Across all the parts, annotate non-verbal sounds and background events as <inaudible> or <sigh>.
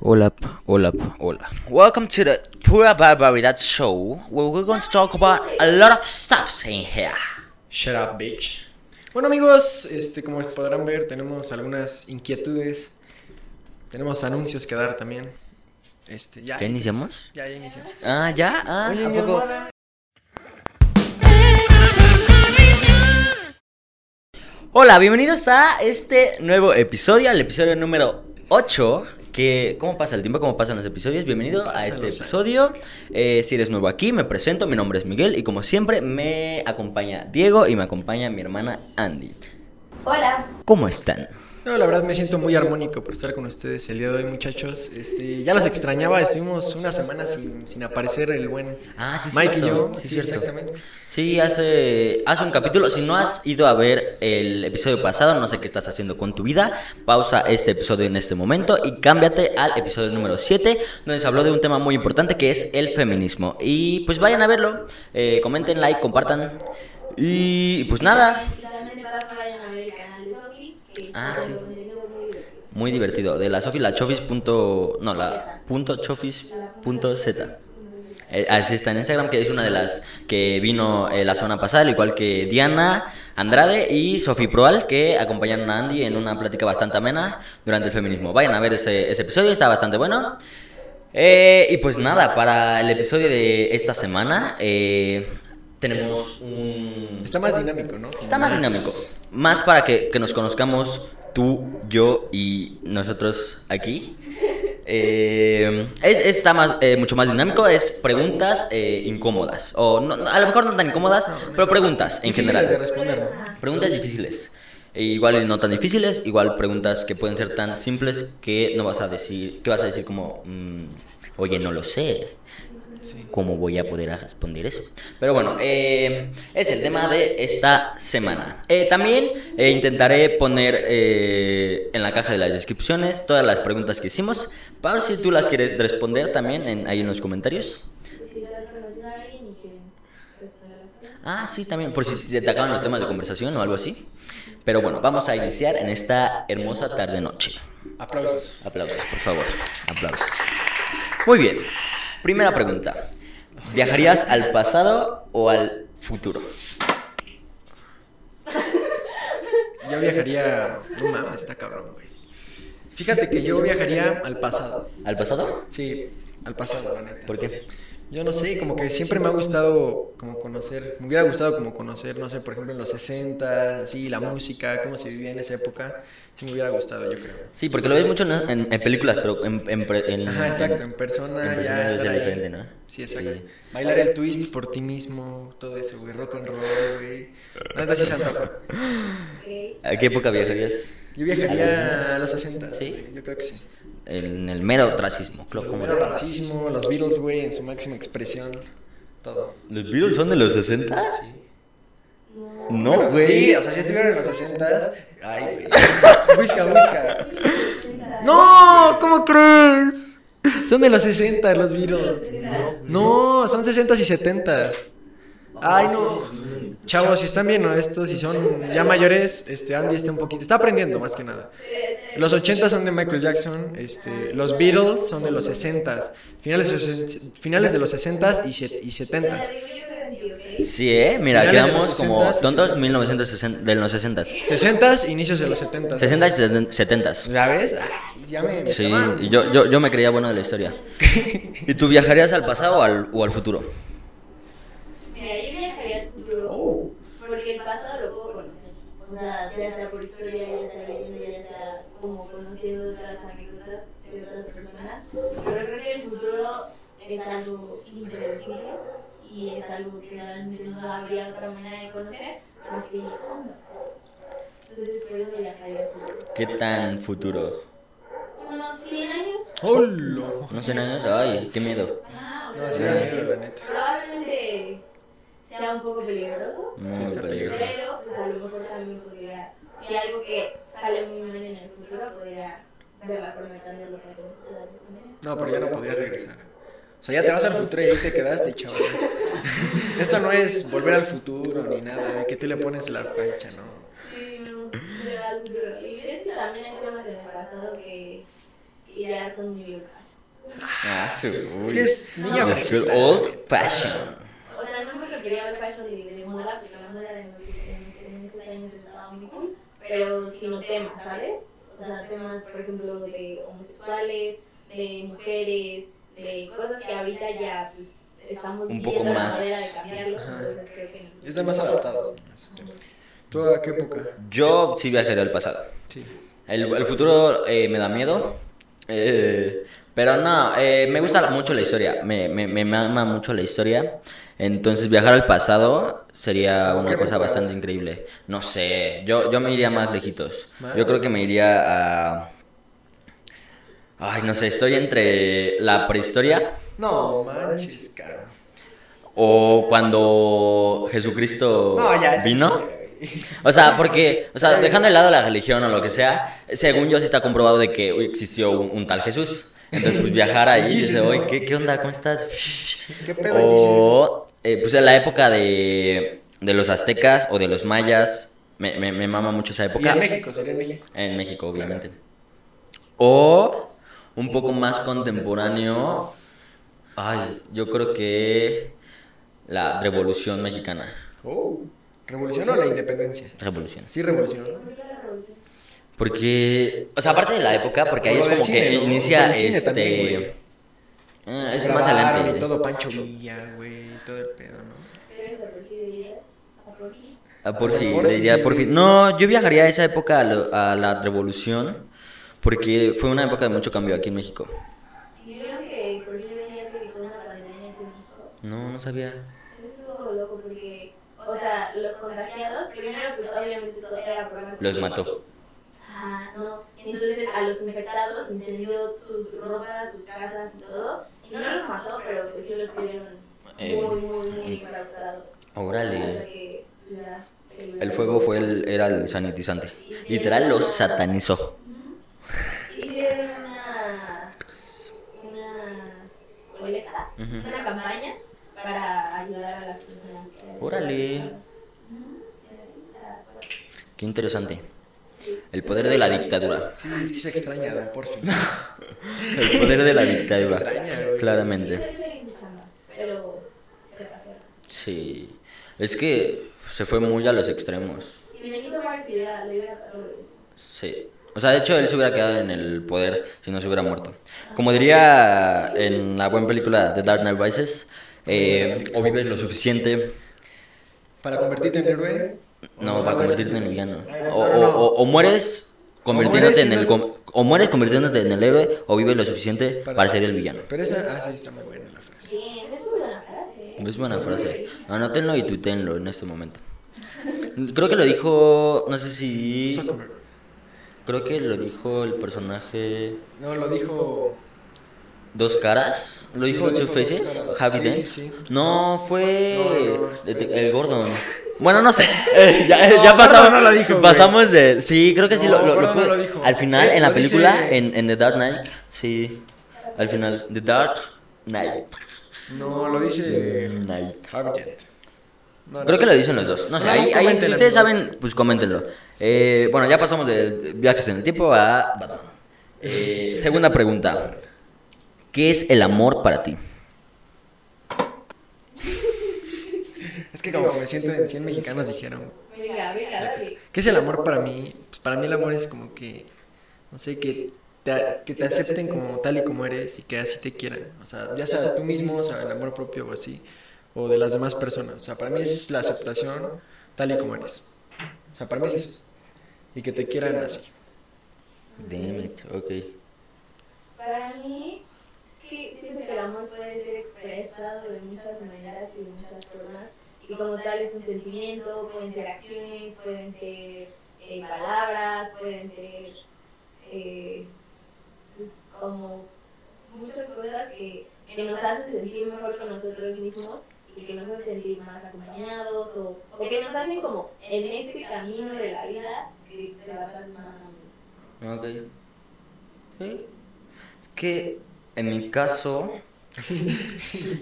Hola, hola, hola. Welcome to the Pura Barbaridad Show, where we're going to talk about a lot of stuff in here. Shut up, bitch. Bueno, amigos, este, como podrán ver, tenemos algunas inquietudes. Tenemos anuncios que dar también. Este, ya. ¿Ya iniciamos? Ya, ya iniciamos. Ah, ya, ah, Oye, ¿a mi poco? hermana. Hola, bienvenidos a este nuevo episodio, al episodio número 8. Que, ¿Cómo pasa el tiempo? ¿Cómo pasan los episodios? Bienvenido Pasan a este los episodio. Eh, si eres nuevo aquí, me presento. Mi nombre es Miguel y, como siempre, me acompaña Diego y me acompaña mi hermana Andy. Hola. ¿Cómo están? No, la verdad me siento muy armónico por estar con ustedes el día de hoy, muchachos. Este, ya los extrañaba, estuvimos una semana sin, sin aparecer el buen Ah, sí, Mike y cierto, yo. sí, Sí, cierto. exactamente. Sí, hace, hace un capítulo. Si no has ido a ver el episodio pasado, no sé qué estás haciendo con tu vida, pausa este episodio en este momento y cámbiate al episodio número 7, donde se habló de un tema muy importante que es el feminismo. Y pues vayan a verlo, eh, comenten, like, compartan. Y pues nada, Realmente paso, vayan a ver el canal de Sophie, que es Ah, sí. un contenido muy divertido. muy divertido. De la Sofi, la Chofis. Punto, no, la punto Chofis. Punto Z. Eh, así está en Instagram, que es una de las que vino eh, la semana pasada, al igual que Diana Andrade y Sofi Proal, que acompañaron a Andy en una plática bastante amena durante el feminismo. Vayan a ver ese, ese episodio, está bastante bueno. Eh, y pues nada, para el episodio de esta semana eh, tenemos un... Está más dinámico, ¿no? Como Está más dinámico. Más para que, que nos conozcamos tú, yo y nosotros aquí. Eh, es, está más, eh, mucho más dinámico, es preguntas eh, incómodas. O no- no, a lo mejor no tan incómodas, pero preguntas en Difíciles de general. responder, ¿no? Preguntas difíciles. E igual y no tan difíciles, igual preguntas que pueden ser tan simples que no vas a decir, que vas a decir como, mm, oye, no lo sé. ¿Cómo voy a poder responder eso? Pero bueno, eh, es el tema de esta semana. Eh, también eh, intentaré poner eh, en la caja de las descripciones todas las preguntas que hicimos. Para si tú las quieres responder también en- ahí en los comentarios. Pues, si estás conociendo a alguien y quieren responder las cosas. Ah, sí, también, por si se te acaban los temas de conversación o algo así. Pero bueno, vamos a iniciar en esta hermosa tarde-noche. Aplausos. Aplausos, por favor. Aplausos. Muy bien. Primera pregunta. ¿Viajarías al pasado o al futuro? Yo viajaría. No mames, está cabrón, güey. Fíjate que yo viajaría al pasado. ¿Al pasado? Sí, al pasado, la neta. ¿Por qué? Yo no sé, como que siempre me ha gustado como conocer, me hubiera gustado como conocer, no sé, por ejemplo, en los 60, así, la música, cómo se vivía en esa época, sí me hubiera gustado, yo creo. Sí, porque lo ves mucho en, en- en películas, pero en... en pre- en- Ajá, exacto, en persona en persona ya debe estar ser ahí. diferente, ¿no? Sí, exacto. Sí. Bailar el twist por ti mismo, todo eso, güey, rock and roll, güey. La Neta sí se antoja. Ok. ¿A qué época viajarías? Yo viajaría a los 60, ¿Sí? güey, yo creo que sí. En el mero racismo. claro, ¿cómo Primero no? racismo, los Beatles, güey, en su máxima expresión, todo. ¿Los Beatles son de los 60? No, Bueno, güey. Sí, o sea, si estuvieron en los 60 Ay, güey. Busca, busca. No. ¡No! ¿Cómo crees? Son de los 60 los Beatles. No, son 60 y 70 Ay, no. Chavos, si están viendo esto, si son ya mayores, este Andy está un poquito. Está aprendiendo más que nada. Los 80 son de Michael Jackson, este, los Beatles son de los 60 Finales de los, ses- finales de los 60 y, set- y 70 Te digo yo que 20, ¿ok? Sí, ¿eh? Mira, Finales de quedamos los como 60s. tontos 1960, de los 60. 60 inicios de los 70 60 y 70. ¿Ya ves? Ay, ya me. me Sí, acaban. y yo, yo, yo me creía bueno de la historia. ¿Y tú viajarías al pasado o al, o al futuro? Mira, yo viajaría al futuro Oh. porque el pasado lo puedo conocer. O sea, ya sea por historia, ya sea leyendo, ya sea como conociendo otras anécdotas de otras personas. Pero creo que el futuro es algo impredecible y es algo que realmente no habría otra manera de conocer. Así que viajando. Entonces, espero que viajaría al futuro. ¿Qué tan futuro? Unos 100 años. oh, ¡Hola! ¿No sé años? Ay, qué miedo. Ah, o No, sea, sí, da miedo, la neta. probablemente sea un poco peligroso. Muy peligroso. Pero, pues a lo mejor también podría, si algo que sale muy mal en el futuro, podría ver la forma de cambiar lo que hacemos sociedad de esa manera. No, pero ya no podrías regresar. O sea, ya te vas al futuro y ahí te quedaste, <laughs> chaval. Esto no es volver al futuro ni nada, de que tú le pones la plancha, ¿no? <laughs> Sí, no, pero al futuro. ¿Y crees que también hay temas en el pasado que, que que ya son muy locas. Ah, su. Es que es niña The fresa. good old fashion. O sea, no me refería al fashion de, de mi modelar, porque la moda en, los- en, en esos años estaba muy cool, pero sino temas, ¿sabes? O sea, temas, por ejemplo, de homosexuales, de mujeres, de cosas que ahorita ya pues, estamos Un poco viendo más. la manera de cambiarlos, Ajá. entonces creo que no. Es de más adaptados. ¿Tú a qué época? Yo sí viajaría al pasado. Sí. El, el futuro eh, me da miedo. eh, pero no, eh, me gusta mucho la historia. Me, me, me mama mucho la historia. Entonces viajar al pasado sería ¿Cómo una qué cosa época? bastante increíble. No sé, yo, yo me iría más lejitos. ¿Más? Yo creo que me iría a... Ay, no sé, estoy entre la prehistoria No manches, cara. o cuando Jesucristo No, ya es. vino. O sea, porque, o sea, dejando de lado la religión o lo que sea, según yo sí está comprobado de que uy, existió un, un tal Jesús. Entonces, <laughs> pues viajar ahí y Jesus, dice, oye, ¿no? ¿qué, ¿qué onda? ¿Cómo estás? <laughs> ¿Qué pedo dices? O, eh, pues en la época de, de los aztecas o de los mayas, me, me, me mama mucho esa Y época. en México, sería en México. En México, obviamente. O un poco más contemporáneo, ay, yo creo que la Revolución Mexicana. Oh, ¿revolucionó la independencia? Revolución. Sí, revolucionó. ¿Por qué la revolución? Porque, o sea, aparte de la época, porque ahí O es del como cine, que ¿no? O inicia sea, el cine este. también, güey. Ah, es más Grabaron adelante. y güey. todo Pancho Villa, güey, y todo el pedo, ¿no? ¿Pero eres de Porfi de Díaz? ¿A Porfi? A Porfi, Porfi. le ah, diría a Porfi. No, yo viajaría a esa época a, lo- a la revolución, porque fue una época de mucho cambio aquí en México. Yo creo que Porfi de Díaz evitó una pandemia en México. No, no sabía. Eso estuvo loco porque, o sea, los contagiados, primero pues obviamente todo era la corona. Los mató. Ah, no. Entonces a los infectados incendió sus ropas, sus casas y todo. Y no los mató, pero pues sí los tuvieron Eh, muy, muy, muy mm. enclaustrados. Hasta Órale. que pues, ya se liberaron. El fuego fue el, era el sanitizante. Literal los satanizó. Hicieron una. una. boleta, Ujú. una campaña para ayudar a las personas. que- Órale. Qué interesante. El poder de la dictadura. Sí, sí se extraña, don Porfi. El poder de la dictadura. Extraña, güey. Sí, Claramente. soy- soy mi chamba, pero se pasó. Sí. Es que se fue muy a los extremos. Y Benito Juárez si hubiera, le hubiera pasado lo mismo. Sí. O sea, de hecho, él se hubiera quedado en el poder si no se hubiera muerto. Como diría en la buena película de Dark Knight Rises, eh, o vives lo suficiente, Para convertirte en héroe. no, para convertirte en el villano. Ay, no, O, no, no. o- o- o mueres convirtiéndote en el com- o mueres convirtiéndote en el héroe, o vives lo suficiente para ser el villano. Pero esa, ah, sí, está muy buena la frase. Sí, es muy buena frase. Es buena frase. Anótenlo y tuítenlo en este momento. Creo que lo dijo, no sé si, Zuckerberg. creo que lo dijo el personaje. No, lo dijo. ¿Dos caras? ¿Lo Sí, dijo lo Two dijo Dos Faces? Caras. ¿Javi Sí, Dent? sí. No, fue No, no, no, de- de- fue- el Gordon. Bueno, <laughs> no sé. <laughs> Eh, ya No, ya Gordon pasamos, no lo dijo, güey. pasamos de... Sí, creo que sí No, lo, lo- lo Gordon no pude- lo dijo. Al final, Es- en la lo dice- película, en, en The Dark Knight, sí. Al final, The Dark Knight. Eh, No, lo dice. Knight. Javi Dent. No, no Creo que sé. lo dicen los dos. No sé, No, ahí, ahí, si coméntenlo, ustedes amigos. saben, pues coméntenlo. Eh, bueno, ya pasamos de viajes en el tiempo a Batman. Eh, segunda pregunta. ¿Qué es el amor para ti? Es que como me siento en 100 mexicanos dijeron. Venga, venga, dale. ¿Qué es el amor para mí? Pues para mí el amor es como que, no sé, que te, que te acepten como tal y como eres y que así te quieran. O sea, ya sea tú mismo, o sea, el amor propio o así, o de las demás personas. O sea, para mí es la aceptación tal y como eres. O sea, para mí es eso. Y que te quieran así. Damn it, ok. Para mí, es que siento que el amor puede ser expresado de muchas maneras y de muchas formas. Y como tal es un sentimiento, pueden ser acciones, pueden ser eh, palabras, pueden ser eh, pues, como muchas cosas que, que nos hacen sentir mejor con nosotros mismos y que nos hacen sentir más acompañados o, o que nos hacen como en este camino de la vida que te la pasas más a Ok. Sí. Es que en mi <laughs> caso,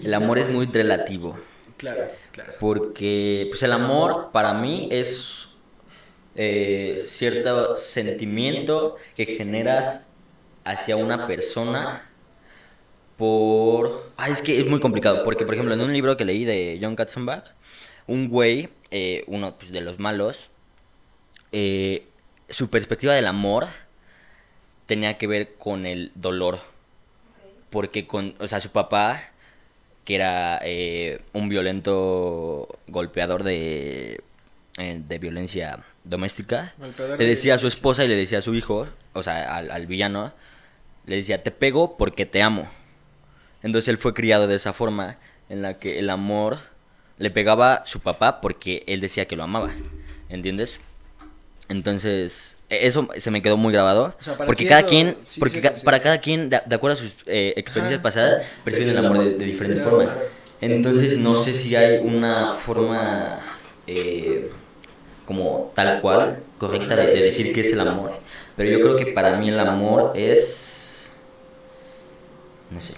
el amor es muy relativo. Claro, claro. Porque pues el amor para mí es eh, cierto sentimiento que generas hacia una persona por... Ah, es que es muy complicado, porque por ejemplo en un libro que leí de John Katzenbach, un güey, eh, uno pues, de los malos, eh, su perspectiva del amor tenía que ver con el dolor, porque con, o sea, su papá, que era eh, un violento golpeador de, eh, de violencia doméstica, Golpeador le de decía a su esposa y le decía a su hijo, o sea, al, al villano, le decía, te pego porque te amo. Entonces él fue criado de esa forma, en la que el amor le pegaba a su papá porque él decía que lo amaba, ¿entiendes? Entonces, e- eso se me quedó muy grabado. O sea, para porque ti cada eso quien, sí porque se ca- considera. para cada quien, de, de acuerdo a sus eh, experiencias Ajá. pasadas, perciben el amor de, de diferente Claro. forma. Entonces, no sé si hay una forma eh, como tal cual, correcta de, de decir que es el amor. Pero yo creo que para mí el amor es... No sé.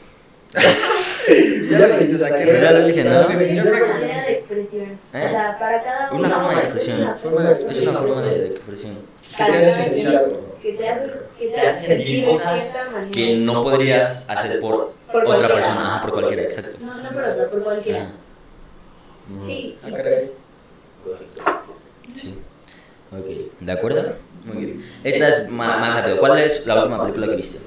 Ya lo dije, o sea, que Ya lo dije, ¿no? la Es definición una práctica. manera de expresión. ¿Eh? O sea, para cada Una forma de es expresión. una Forma de Es una forma de, de expresión. Que te hace sentir algo. Que te hace, que te Te hace sentir de cierta manera. que no podrías hacer por otra Por cualquiera. persona, ajá, por cualquiera, exacto. Ah, No, no por otra, por cualquiera. Ajá. Sí. Ah, caray. Sí. Ok, ¿de acuerdo? Muy bien. Esta Este es ma- más rápido. ¿Cuál es la última película que viste?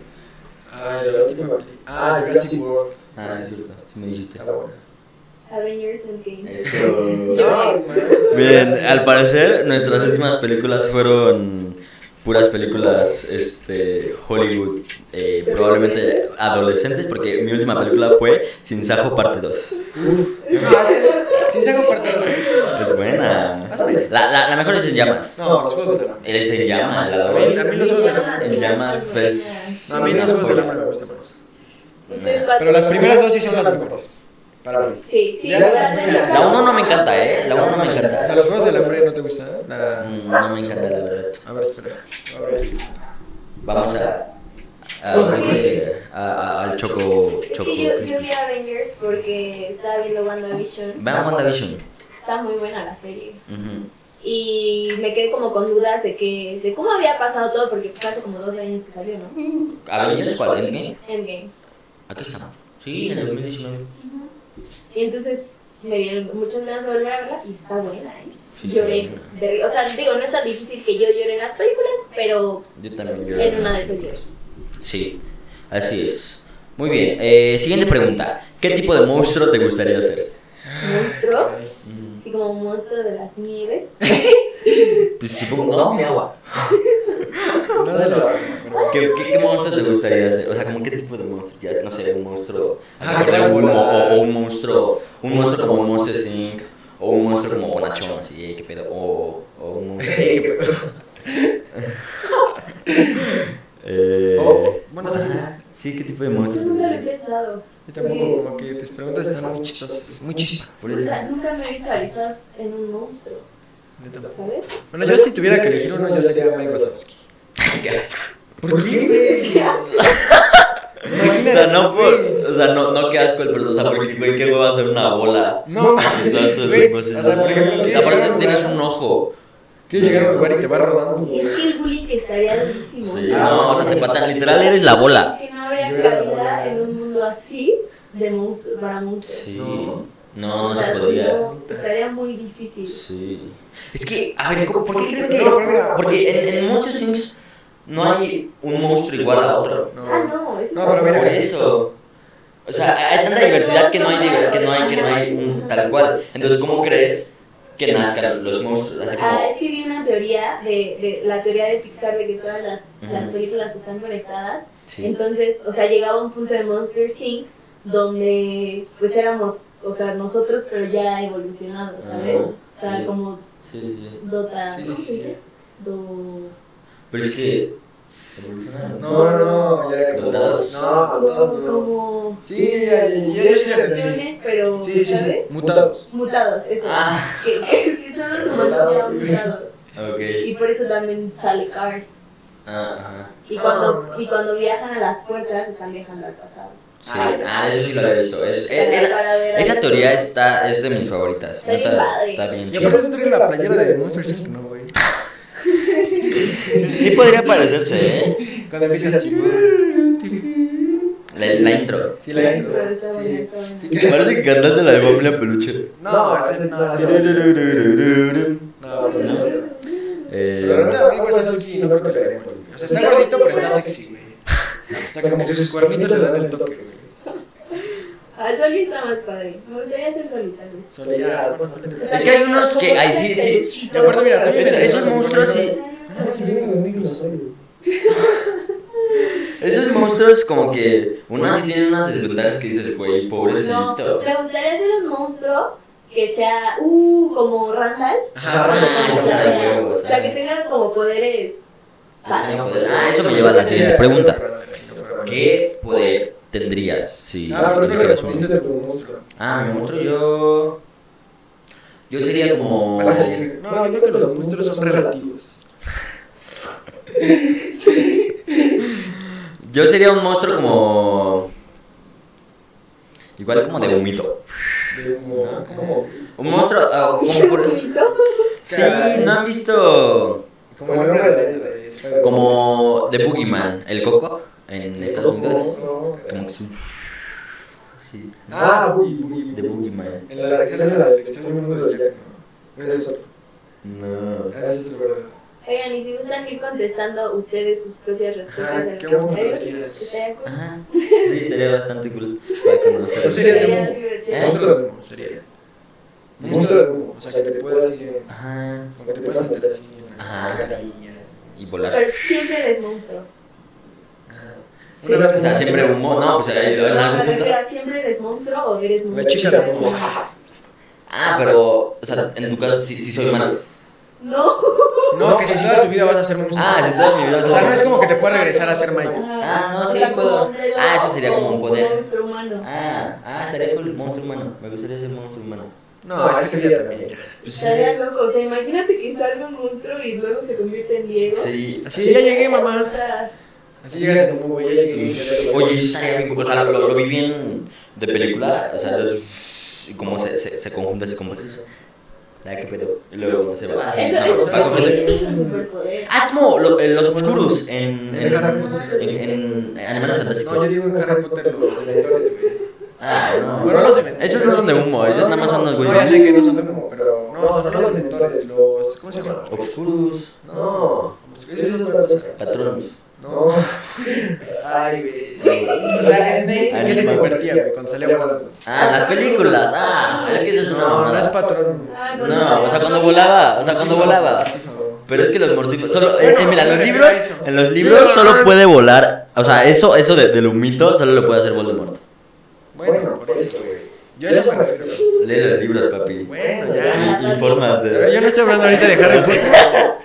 Ah, la última película. Ah, Jurassic World. Ah, es cierto, sí me dijiste. Este, Ah, bueno. Avengers Endgame. Eso. No, man. Bien, al parecer nuestras últimas películas fueron puras películas este Hollywood, eh, probablemente adolescentes, porque mi última película fue Sin Sajo Parte 2. Uf. No, así sí se compartido. Es buena. La, la, la mejor es En Llamas. No, los juegos del hambre. Él es En Llamas, la Oye, a dos. mí los juegos del En hambre. llamas, pues. No, a mí los juegos del hambre me gustan más. Ustedes Pero las cuatro- primeras dos sí son las mejores. Para mí. Sí, sí. Ya las las tres primeras. son- La 1 no me encanta, ¿eh? La 1 no me O sea, encanta. los juegos del hambre no te gustan. La- Mm, No me encanta, la verdad. A ver, espera. A ver. Vamos a. a- Pues a- a- al Choco. Es Choco que yo, yo vi Crispy. Avengers porque estaba viendo WandaVision. Vean WandaVision. Está muy buena la serie. Ujú. Y me quedé como con dudas de que de cómo había pasado todo porque fue hace como 12 años que salió, ¿no? ¿Avengers cuál? ¿Endgame? Endgame. Aquí está. Sí, en el 2019. Y entonces me dieron muchas ganas de volver a verla y está buena, ¿eh? Sí, está lloré. buena. de re- o sea, digo, no es tan difícil que yo llore en las películas, pero Yo también lloré. en una de esas lloré. Sí, así es. Muy bien. eh, siguiente pregunta. ¿Qué tipo de monstruo te gustaría ser? Monstruo, Ay. así como un monstruo de las nieves. Pues supongo. No, mi agua. No de la pero- ¿Qué, qué, qué monstruo te gustaría ser? O sea, ¿como qué tipo de monstruo? Ya, no sé, un monstruo. Ah, acá, claro, o, la- o- o un monstruo. Un monstruo como Monster Inc. O un monstruo como Bonachón, así, eh, qué pedo. O, o un monstruo. <laughs> eh, O, Oh, bueno, sí, ajá, sí, ¿qué tipo de Eso nunca lo he monstruo? pensado. Yo tampoco, como que tus preguntas están muy chistosas. Muy chispa. Por O eso. sea, nunca me he visualizado en un monstruo, ¿sabes? Bueno, yo si tuviera que elegir uno, yo sería Mike Wazowski. <laughs> Qué asco. ¿Por qué? O sea, no por. O sea, no, no qué asco el perdón. O sea, porque, güey, qué hueva hacer una bola. No, pues, Desastre, güey. tipo, O así, sea, por ejemplo, Y ¿quieres llegar a aparte un tienes lugar- un ojo. quieres llegar a un lugar y te va rodando? Es que el bullying estaría durísimo. Sí, no, o sea, te patan. Literal, eres la bola. Que no habría Yo era la cabida bola. en un mundo así de monstruos, para monstruos. Sí. No, No. no O sea, se podría. no, estaría muy difícil. Sí. Es que, a ver, ¿cómo- ¿por qué crees que.? No, pero mira. Porque en, en Monster Sims no hay un monstruo igual a otro. Ah, No. no, eso No, pero Por mira. eso. O sea, hay tanta diversidad que no hay, diver- que no hay, que no hay un tal cual. Entonces, ¿cómo crees que nazcan los monstruos? Así Ah, como. es que vi una teoría de, de la teoría de Pixar de que todas las, Ujú. las películas están conectadas. Sí. Entonces, o sea, llegaba un punto de Monster Inc. donde pues éramos, o sea, nosotros, pero ya evolucionados, ¿sabes? Ah, O sea, sí. como Sí, sí, sí. Dota, Sí, ¿cómo sí, se sí. dice? Do... Pero es que. No, no, ya como. Dotados. No, dotados no. Como... Sí, ya, ya, ya, yo sí la entendí. Evoluciones, pero, Sí, sí, sí. ¿sabes? Mutados. Mutados, eso. Ah. Que, que, que son los humanos ya mutados. Ok. Y por eso también sale Cars. Ah, ajá. Y Ah. cuando, y cuando viajan a las puertas, están viajando al pasado. Sí. Ah, eso sí lo había visto. Es- es- es- Para ver a- eh, Esa teoría está, es de mis favoritas. Está bien Neta, padre. Está bien Y aparte chido. no traigo la playera de Monster Inc. No, güey. Sí podría parecerse, ¿eh? Cuando empiezas a. La, la intro. Sí, la Pero está Sí. buena, está buena. Sí. Parece que cantaste la de Bambla Peluche. No, ese no, ese no. No, no, no. Pero Eh, ahorita amigo Sasuke no creo que le demos. O sea, está gordito, pero está sexy, güey. O sea, como que sus cuernitos le dan el toque, güey. Ah, Soli está más padre. Me gustaría hacer solita, pues. Solo ya, vamos a O sea, Es que hay unos como que- ay, con sí, el sí. peluchito. Y aparte, mira, tú es- vienes- esos monstruos sí. Ah, si viene de un dinosaurio. Esos monstruos como que unas tienen unas desventajas que dices, güey, No, pobrecito. me gustaría hacer un monstruo que sea, uh, como Randall. Ajá, o, sea, de huevo, Ah, o o sea, Ah, sea. que tenga como poderes. padres. Ah, eso me lleva a la Sí, siguiente pregunta. sí, sí. ¿Qué poder tendrías si Ah, pero creo que tuvieras respondiste un... de tu monstruo. Ah, mi monstruo yo... Yo sería como... Vas a decir, No, yo creo que los monstruos son relativos. Yo sería un monstruo como... Igual como de humito. De como, como, Un monstruo... ah, como <laughs> por- Bonito. Sí, ¿no han visto como el hombre de, de Spider-Man. como The Boogeyman, el coco, en Estados Unidos? No, Como no. que es un- Sí, Ah, Boogie, Boogie, The Boogie. Boogeyman. En la reacción de la del extraño mundo de Jack. ¿no? Ese es otro. No. Ah, Ese es el verdadero. Oigan, y si gustan ir contestando ustedes sus propias respuestas Ajá, en Ah, qué los monstruos comentarios. serías. estaría cool. Ajá. Sí, sería bastante cool para conocerlo. Sí, sería Estaría como- divertido. ¿Eh? Monstruo de humo, sería. Monstruo de humo, o sea, que te puedas así, Ajá. como que te puedas meter así en Ajá. las alcantarillas. Y volar. Pero siempre eres monstruo. Sí, Una O vez sea, más, siempre humo. No, pues ahí en No, algún me punto. refiero a Ah, siempre eres monstruo o eres la monstruo. chica de humo. Ah, pero. O sea, en tu caso sí, sí soy humano. No. No, que si toda tu vida vas a ser monstruo. Ah, si toda mi vida O sea, no es como que te puedas regresar a ser Mike. Ah, no, O sí sea, puedo. como hombre lobo Ah, eso sería como un o poder. Monstruo humano. Ah, ah, sería cool. Monstruo humano. Me gustaría ser monstruo humano. No, es que tú ya también ya. pues Estaría loco. O sea, imagínate que salga un monstruo y luego se convierte en Diego. Sí. Así ya llegué, mamá. O sea, Así llegas a un güey, ya llegué. Oye, sí estaría bien cool. O sea, lo, lo vi bien de película. O sea, es- y cómo se, se, se conjunta, se conjunta. Ah, qué pedo. Y luego se va. Ah, así, Eso, no, eso, va a eso, sí, coger- eso es un superpoder. Ah, es como lo- eh, los oscuros en, en, Harry Potter. en, en- en Animales No, yo Fantásticos. digo en Harry Potter los inventores, güey. Ah, no. Bueno, los inventores. Ellos no son de humo, ellos nada más son los No, güeyes. ya sé que no son de humo, pero. No, son los inventores, los. ¿Cómo se llama? Oscuros, No, eso es otra cosa. patronos. No. <laughs> Ay, güey. O sea, Snape, ¿qué se convertía, güey, cuando salía volando? Ah, las películas. Ah, es que eso es una No, no es mamada. patrón. Ah, cuando No, o sea, cuando volaba, o sea, cuando volaba. Pero es que los mortífagos solo eh, Bueno, eh, mira, los me libros, refiero a eso. en los Sí, libros pero- solo puede volar, o sea, eso eso de, del humito solo lo puede hacer Voldemort. Bueno, pues, por eso, güey. Yo a eso me refiero. Lee los libros, papi. Bueno, Y- ya. y Infórmate. Yo no estoy hablando ahorita de Harry Potter.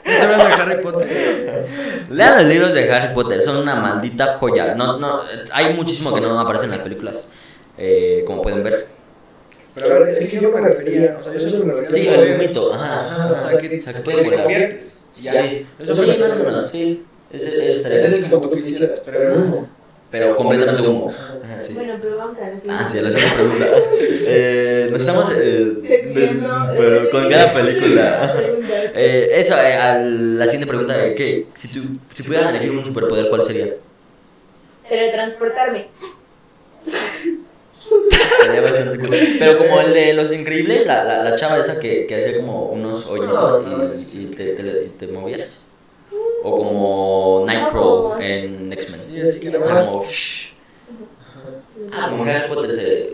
No estoy hablando de Harry <laughs> Potter. Lea los libros de Harry Potter, son una maldita joya. No, no, eh, hay muchísimo que no aparece en las películas. eh, como pueden ver. Pero a ver, es que yo me refería. O sea, yo solo me refería Sí, al el poder. humito, ajá. Ajá, O sea, que O sea, que que puede te volar. conviertes. y ya. Sí, Eso sí, fue lo más o que- menos, sí. Ese- ese estaría Ese bien. es como tú quisieras, pero era humo. Pero completamente humo. Ajá, sí. Bueno, pero vamos a la Ah, sí, siguiente. la segunda pregunta. Eh, nos estamos. eh, Desviando. pero con cada <laughs> película. Preguntas. Eh, eso, eh, a la siguiente pregunta: eh, ¿qué? Si, tú, si pudieras elegir un superpoder, ¿cuál sería? Teletransportarme. Sería bastante cool. Pero como el de Los Increíbles, la, la, la chava esa que, que hacía como unos hoyitos y, y te, te, te movías. O como Nightcrow en X-Men. Sí, así que nada Ah, más. como- Ah, como Harry Potter se.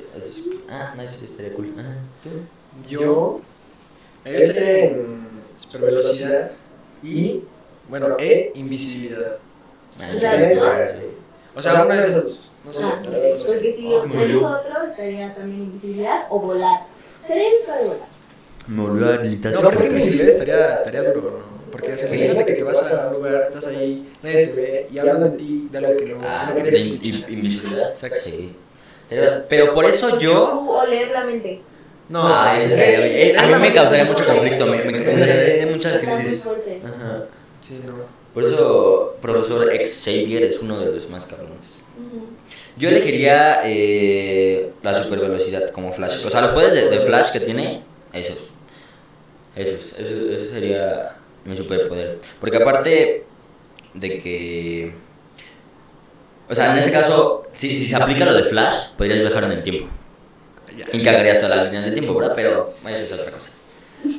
Ah, no, eso sí estaría cool. Ah, ¿tú? Yo este en supervelocidad y bueno, e invisibilidad. Ah, O sí, sea, sí, ¿dos? sí. O sea, una de esas dos. No sé. Ah, porque si yo elijo otro, estaría también invisibilidad o volar. Sería el de volar. Me volvió a habilitar. No, pero es que invisibilidad estaría, estaría duro, ¿no? Porque o sea, Sí. imagínate que te vas a un lugar, estás ahí, nadie te ve y hablan de ti de algo que no, que Ah, no de querías in- escuchar. in- invisibilidad. Exacto. Sí. Pero, pero por eso yo. O leer la mente. No, Ah, es eso estaría bien. Eh, a mí me causaría mucho conflicto, me, me causaría muchas Ah. Está muy crisis. fuerte. Ajá. Sí, no. Por eso, profesor Xavier es uno de los más cabrones. Ujú. Yo elegiría eh, la supervelocidad como Flash. O sea, los poderes de, de Flash que tiene, esos. Esos. Eso, eso sería mi superpoder. Porque aparte de que. O sea, en ese caso, si, si se aplica lo de Flash, podrías viajar en el tiempo. Y cagarías todas las líneas del tiempo, ¿verdad? Pero bueno, eso es otra cosa.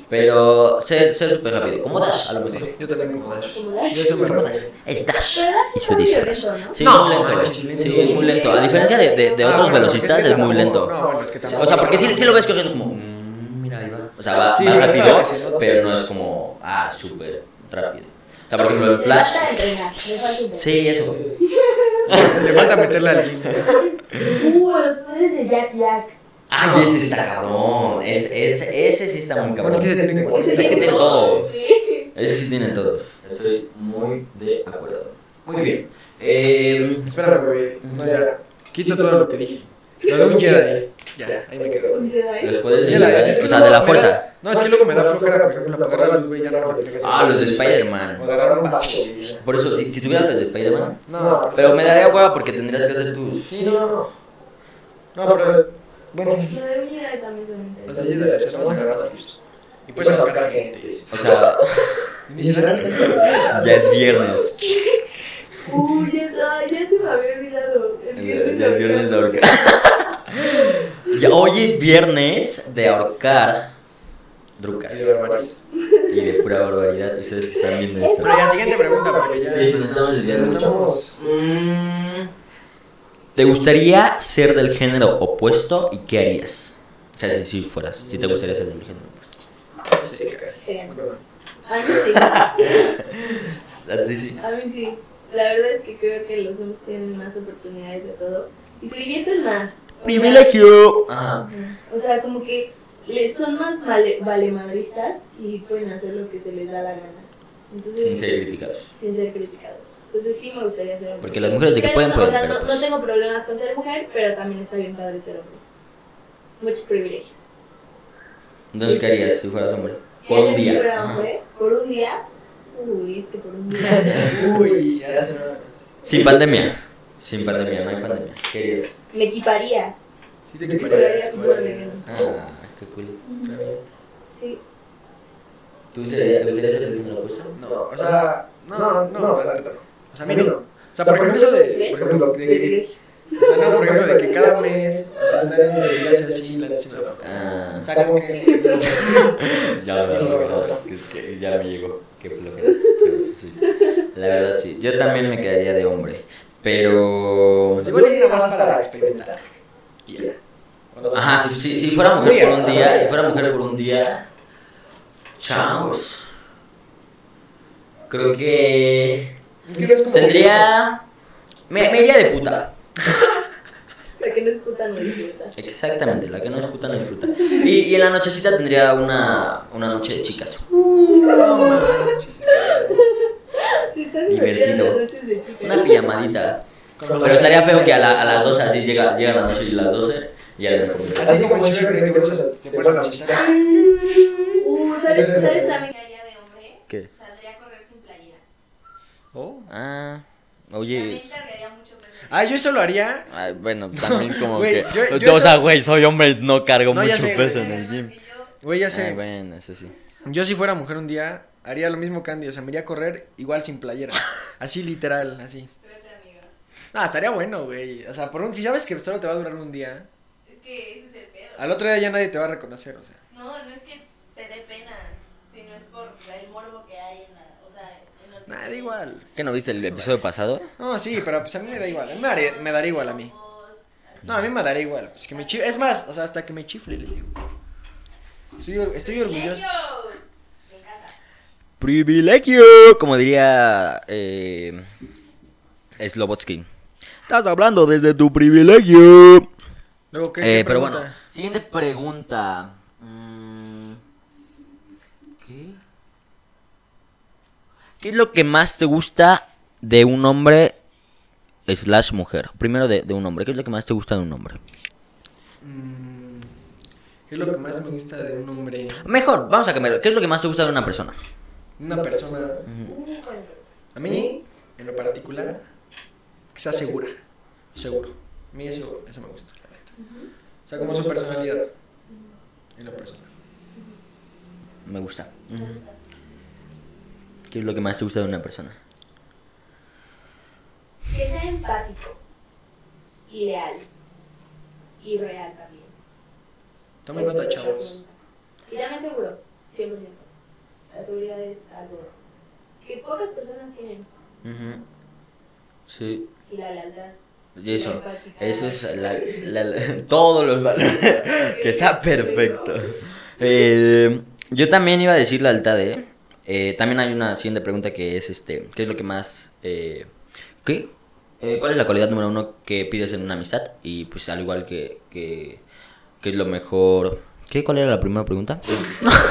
Pero ser ser súper rápido. Como Dash, a lo mejor. Yo también como Dash. Como Yo Dash. eso me Como refiero. Es Dash. Pero Dash Y está su muy disfraz. lento, ¿no? Sí, No, muy lento. manches, Sí, es muy lento. A diferencia de, de- de Ah, otros bueno, velocistas, es que es muy lento. tampoco- no, bueno, es que tampoco- O sea, porque sí, sí lo ves cogiendo como. "Mm, Mira, ahí va. O sea, va, Sí, va no está rápido, rápido. pero no es como. Ah, súper rápido. O sea, por ejemplo, el Le falta Flash. entrenar, le falta entrenar. Sí, eso. Le falta meterle al línea. Uh, los poderes de Jack Jack. Ah, ese sí está cabrón. Es, es- ese sí está muy Bueno, es que se cabrón. tiene que Ese Es que mover. tiene tiene todo. Sí. Ese sí tienen todos. Estoy muy de acuerdo. Muy bien. Eh, Espérame, güey. No, ya. Quito todo lo que dije. Lo de un Jedi. Ya, ahí me quedo. los poderes de Ya la- Jedi, es que eh, o sea, luego de la me fuerza. da- No, es que luego me da flojera, por ejemplo, apagar la luz, güey, ya no lo que Ah, los de O Spider-Man. agarrar un vaso, güey. Por eso, si, si tuviera los de Spider-Man. No, Pero me daría hueva porque tendrías que hacer tus. Sí, no, no. No, pero. Bueno, Lo de un Jedi también se me interesa. los de Jedi se vamos a agarrar así. Y puedes sacar gente. O sea, ya es viernes. Uy, ya, ay, ya se me había olvidado. El viernes Ya es viernes de ahorcar. <laughs> Ya, hoy es viernes de ahorcar. Drucas. Y de pura barbaridad. Ustedes que están viendo esto. Pero ya, siguiente pregunta, porque ya. Sí, nos estamos pues, ya desviando. estamos. Mm. ¿Te gustaría ser del género opuesto y qué harías? O sea, si, si fueras, si te gustaría ser del género opuesto. Sí, caray. Genial. Perdón. A mí sí, A ti Ah, sí. a mí sí. La verdad es que creo que los hombres tienen más oportunidades de todo y se divierten más. O sea, ¡Privilegio! Ajá. O sea, como que le- son más male- valemadristas y pueden hacer lo que se les da la gana. Entonces, Sin ser criticados. sin ser criticados. Entonces sí me gustaría ser hombre. Porque las mujeres de que Pero, pueden, pueden. O sea, pero no, no pues- tengo problemas con ser mujer, pero también está bien padre ser hombre. Muchos privilegios. Entonces, ¿qué harías si fueras hombre? Por Ella un sí día. fuera Ajá. hombre, Por un día. Uy, es que por un día. <laughs> Uy, ya se me Sin pandemia. Sin pandemia, no hay pandemia. ¿Qué harías? me equiparía. Sí, te Me equiparía súper bien. Ah, qué cool. Sí. ¿Tú serías- te gustaría ser del género opuesto? No, o sea, no, no, no, la neta no. O sea, a mí no. O sea, por ejemplo, eso de. Por ejemplo, de, Privilegios. <laughs> o sea, no, por ejemplo, de que cada mes. O sea, están en el día así, la décima. Ah, O sea, como que. Ya la verdad, es que ya me llegó. Qué flojera. Pero sí. La verdad, sí. Yo también me quedaría de hombre. Pero. Igual es nada más para experimentar. Y ya. Ajá, si, si, si fuera mujer por un día. Si fuera mujer por un día. Chaos. Creo que. Tendría. Me, me iría de puta. La que no es puta no es puta. <laughs> Exactamente, la que no es puta no disfruta. Y, y en la nochecita tendría una, una noche de chicas. No <laughs> manches. Te estás Divertido. divirtiendo las noches de chicas. Una pijamadita. Como Pero si- estaría feo que a, la- a las 12 así llega, llegan las 12 y las 12 y ya me comienza. Así como chévere que te gusta, se pone la chiquita. Uh, ¿sabes, ¿sabes también qué haría de hombre? ¿Qué? Saldría a correr sin playera. Oh. Ah, oye. También cargaría mucho peso. Ah, yo eso lo haría. ah, bueno, también como Güey, que. yo- yo o sea, so- güey, soy hombre, no cargo No, ya mucho sé, peso güey. en el gym. Güey, ya Ah, sé. bueno, eso sí. Yo si fuera mujer un día, haría lo mismo que Andy, o sea, me iría a correr igual <laughs> sin playera. Así literal, así. Suerte, amiga. Ah, estaría bueno, güey. O sea, por un, si sabes que solo te va a durar un día, Es que ese es el pedo. al otro día ya nadie te va a reconocer, o sea. No, no es que te dé pena, sino es por el morbo que hay en la. O sea, en los. Nada, da igual. ¿Qué no viste el episodio pasado? No, sí, pero pues a mí me da igual. A mí me, daría- me daría igual a mí. No, a mí me daría igual. Pues que me chif- Es más, o sea, hasta que me chifle, les digo. Estoy, or- estoy orgulloso. Me encanta. Privilegio, como diría eh, Slobotsky. Estás hablando desde tu privilegio. Luego, ¿qué, Eh, qué pero bueno, pregunta? siguiente pregunta. Mm, ¿Qué? ¿Qué es lo que más te gusta de un hombre slash mujer? Primero de, de un hombre, ¿qué es lo que más te gusta de un hombre? Mm, ¿Qué es lo que más me gusta de un hombre? Mejor, vamos a cambiarlo. ¿Qué es lo que más te gusta de una persona? Una persona. Uh, bueno. A mí, en lo particular, que sea segura. Seguro. A mí eso, eso me gusta, la neta. O sea, como su personalidad. En lo personal. Me gusta. ¿Qué es lo que más te gusta de una persona? Que sea empático. Ideal. Y real también. Tomen nota, chavos. Y también seguro, 100%. La seguridad es algo que pocas personas tienen. Ujú. Sí. Y la lealtad. Y eso, eso es la- la- la- todos los valores. que sea perfecto. Eh, yo también iba a decir la lealtad, ¿eh? Eh, También hay una siguiente pregunta que es, este, ¿qué es lo que más... eh, ¿Qué? Eh, ¿Cuál es la cualidad número uno que pides en una amistad? Y pues al igual que... que ¿Qué es lo mejor? ¿Qué? ¿Cuál era la primera pregunta?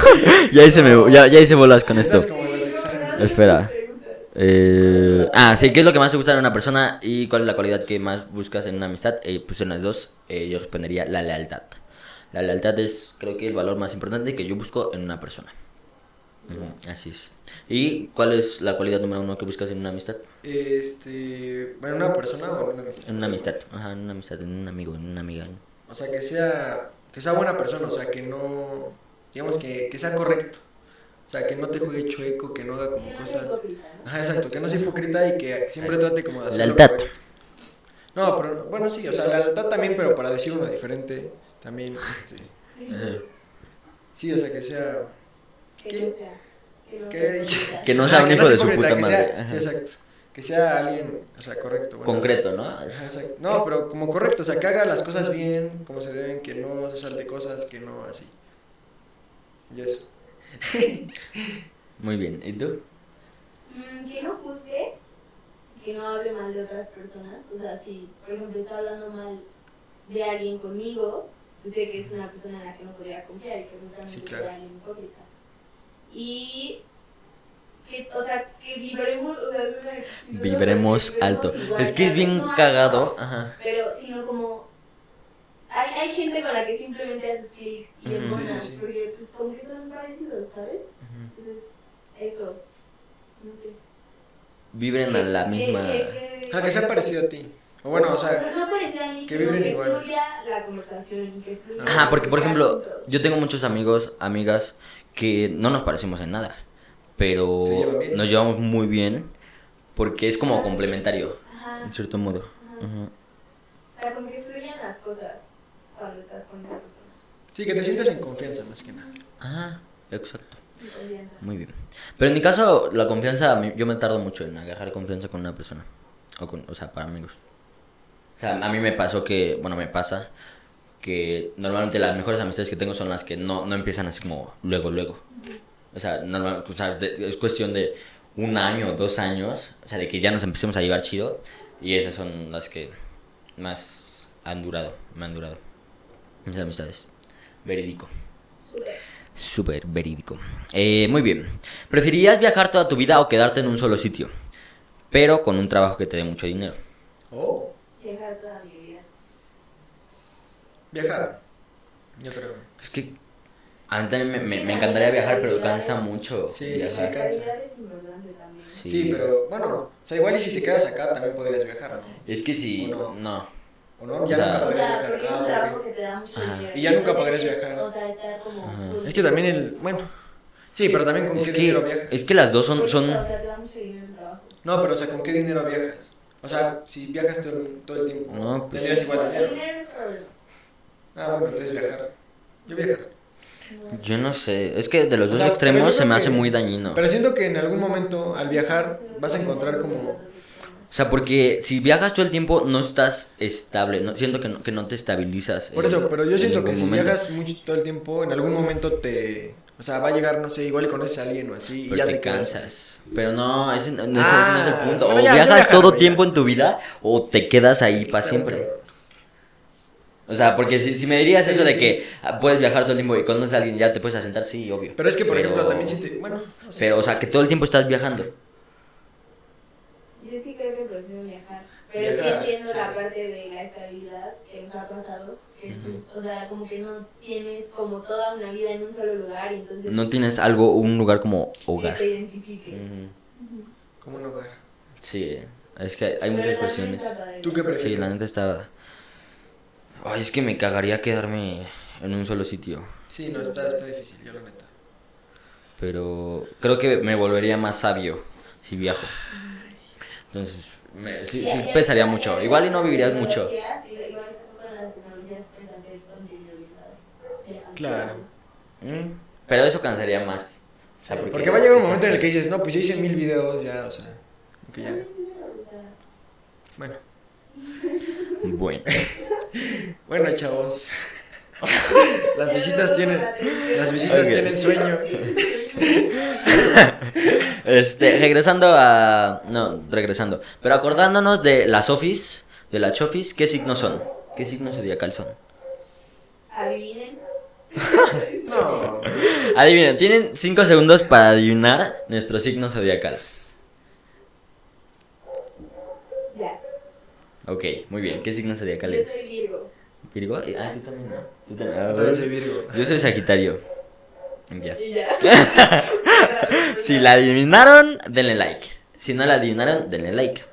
<laughs> ya, hice me- ya, ya hice bolas con esto. Es como los exámenes. Espera. Eh, ah, sí, ¿qué es lo que más te gusta de una persona y cuál es la cualidad que más buscas en una amistad? Eh, pues en las dos, eh, yo respondería la lealtad. La lealtad es, creo que, el valor más importante que yo busco en una persona. Ujú, así es. ¿Y cuál es la cualidad número uno que buscas en una amistad? Este. Bueno, una persona o una amistad. En una amistad, ajá, en una amistad, en un amigo, en una amiga. en- O sea, que sea, que sea buena persona, o sea, que no, digamos que, que sea correcto. O sea, que no te juegue chueco, que no haga como Que no sea cosas. hipócrita, ¿no? Ajá, exacto, que no sea hipócrita y que siempre trate como de hacer lo Lealtad. correcto. No, pero bueno, sí, o sea, la lealtad también, pero para decir una diferente, también, este. Sí, o sea, que sea. Que no sea. Que no ¿Qué sea he dicho? hipócrita. Que no sea Ajá, un hijo de su hipócrita, puta Ah, que madre. sea- sí, Ajá. exacto. Que sea alguien, o sea, correcto. bueno. Concreto, ¿no? Ajá, exacto. No, pero como correcto, o sea, que haga las cosas bien, como se deben, que no se salte cosas, que no así. Y eso. Muy bien, ¿y tú? Mm, que no juzgue, que no hable mal de otras personas. O sea, si por ejemplo está hablando mal de alguien conmigo, pues sé que es una persona en la que no podría confiar y que justamente Sí, sería claro. alguien hipócrita. Y que, o sea, que vibremos, o sea, es una- chistoso, Vibremos porque alto. igual, Es que es ¿sabes? bien No cagado. alto, Ajá. Pero sino como hay, hay gente con la que simplemente haces clic y Ujú. embonas, Sí, sí, sí. porque pues como que son parecidos, ¿sabes? Entonces, eso. No sé. Vibren a la misma... Ah, que sea parecido a ti. O bueno, o sea, Pero no parecido a mí, que sino vibren que igual. fluya la conversación. Que fluya Ajá, porque por ejemplo, juntos. yo tengo muchos amigos, amigas, que no nos parecemos en nada, pero Se llevan bien. nos llevamos muy bien porque es como complementario, Ajá, en cierto modo. ajá. Ujú. O sea, como que fluyan las cosas cuando estás con una persona. sí, que te sientas en confianza más que nada. Ajá, Ah, exacto. sin confianza. Muy bien. Pero en mi caso, la confianza, a mí- yo me tardo mucho en agarrar confianza con una persona. O, con, o sea, para amigos. O sea, a mí me pasó que, bueno, me pasa que normalmente las mejores amistades que tengo son las que no, no empiezan así como luego, luego. O sea, normal- o sea, de- es cuestión de un año, dos años, o sea, de que ya nos empecemos a llevar chido. Y esas son las que más han durado, me han durado. Mis amistades. Verídico. Súper. Súper verídico. Eh, muy bien. ¿Preferirías viajar toda tu vida o quedarte en un solo sitio? Pero con un trabajo que te dé mucho dinero. Oh, Viajar toda mi vida. viajar. Yo creo. Es que a mí también me, me- me encantaría viajar, pero cansa mucho. Sí, La viajar. sí, cansa. calidad es importante también. Sí. Sí, pero bueno, o sea, igual y si te quedas acá también podrías viajar, ¿no? Es que si. ¿O no? No. O O no, ya sea, nunca O podrías sea, viajar. porque es un Ah, trabajo ok. que te da mucho Ajá. dinero. Y ya nunca Entonces, podrías es- viajar. O sea, está como. Ajá. full. Es que también el, bueno, sí, pero también con Es qué que, dinero viajas. es que las dos Por son. eso, son... O sea, te da mucho dinero el trabajo. No, pero o sea, ¿con qué dinero viajas? O sea, si viajas todo, el- todo el tiempo, No, pues- tendrías igual El dinero. dinero es problema. Ah, bueno, entonces viajar. Yo viajar. Yo no sé. Es que de los O dos sea, pero extremos yo se me creo hace que- muy dañino. Pero siento que en algún momento al viajar vas a encontrar como... O sea, porque si viajas todo el tiempo no estás estable. No, siento que no, que no te estabilizas. Por en- eso, pero yo en siento ningún que si momento. viajas mucho todo el tiempo, en algún momento te... O sea, va a llegar, no sé, igual y conoces a alguien o así y Pero ya te, te cansas. cansas. Pero no, ese no, no es- Ah, no es el punto. bueno, o ya, yo viajas viajar, todo ya. tiempo en tu vida o te quedas ahí para siempre. O sea, porque si, si me dirías Sí, eso de sí. que ah, puedes viajar todo el tiempo y conoces a alguien y ya te puedes asentar, sí, obvio. Pero es que, por ejemplo, también si te... Bueno, no sé. Pero, o sea, que todo el tiempo estás viajando. Yo sí creo que prefiero viajar. Pero sí Viajar, entiendo sí. la parte de la estabilidad que nos ha pasado. Que pues, o sea, como que no tienes como toda una vida en un solo lugar y entonces No tienes algo, un lugar como que hogar. te identifiques. Ujú. como un hogar. Sí, es que hay, hay Pero muchas también cuestiones. está padre. ¿Tú Sí, qué la prefieres? neta está... Ay, es que me cagaría quedarme en un solo sitio. Sí, no, está, está difícil, yo la neta. Pero creo que me volvería más sabio si viajo. Entonces, Me- sí, sí pesaría mucho. Igual y no vivirías mucho. Claro. Mm, Pero eso cansaría más. O sea, Porque va a llegar estás un momento en el que ahí. dices, no, pues yo hice mil videos ya, o sea, como que ya. Bueno, "Mm". Bueno. <laughs> bueno, chavos. <laughs> las visitas tienen, las visitas Ok. tienen sueño. Este, regresando a. No, regresando. Pero acordándonos de las office, de las chofis, ¿qué signos son? ¿Qué signos zodiacal son? Adivinen. No. Adivinen, tienen 5 segundos para adivinar nuestro signo zodiacal. Ya. Ok, muy bien. ¿Qué signo zodiacal Yo es? soy Virgo. ¿Virgo? Ah, tú también, ¿no? Tú también. Ah, bueno. Entonces soy Virgo. Yo soy Sagitario. Ya. <laughs> Y ya. Si la adivinaron, denle like. Si no la adivinaron, denle like.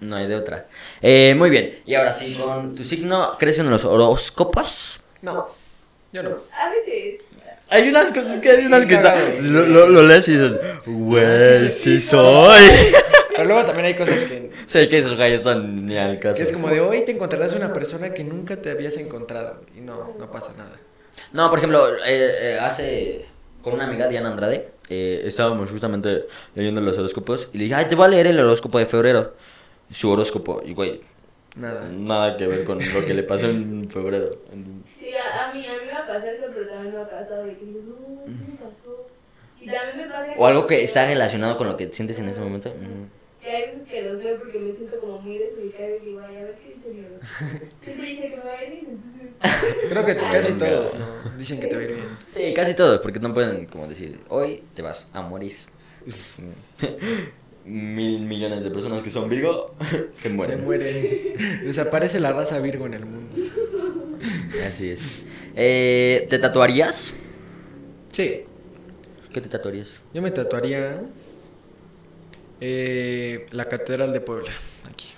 No hay de otra. Eh, muy bien. Y ahora sí, con tu signo, ¿crees en los horóscopos? No. Yo no. A veces. Hay unas cosas que hay unas que está- Lo, lo, lo lees y dices, güey, sí soy. <laughs> Pero luego también hay cosas que, sé que esos gallos son ni al que caso. es como de hoy te encontrarás una persona que nunca te habías encontrado. Y no, no pasa nada. No, por ejemplo, eh, eh, hace con una amiga Diana Andrade, eh, estábamos justamente leyendo los horóscopos y le dije, ay, te voy a leer el horóscopo de febrero. Su horóscopo, y güey, Nada. nada que ver con lo que le pasó en febrero. Sí, a, a mí, a mí me ha pasado eso, pero también me ha pasado de que digo, no, sí me pasó. Y también me pasa O algo que está relacionado con lo que sientes en ese momento. Ujú. Que hay veces que los veo porque me siento como muy desubicada y digo, ay, a ver qué dice mi voz. <laughs> Siempre dice que me va a ir bien, entonces. Creo que casi todos ¿no? dicen que te va a ir bien. Sí, casi todos, porque no pueden como decir, hoy te vas a morir. <laughs> Mil millones de personas que son Virgo <laughs> se Se mueren. mueren. <laughs> Desaparece la raza Virgo en el mundo. Así es. Eh, ¿Te tatuarías? Sí. ¿Qué te tatuarías? Yo me tatuaría eh, la Catedral de Puebla. Aquí.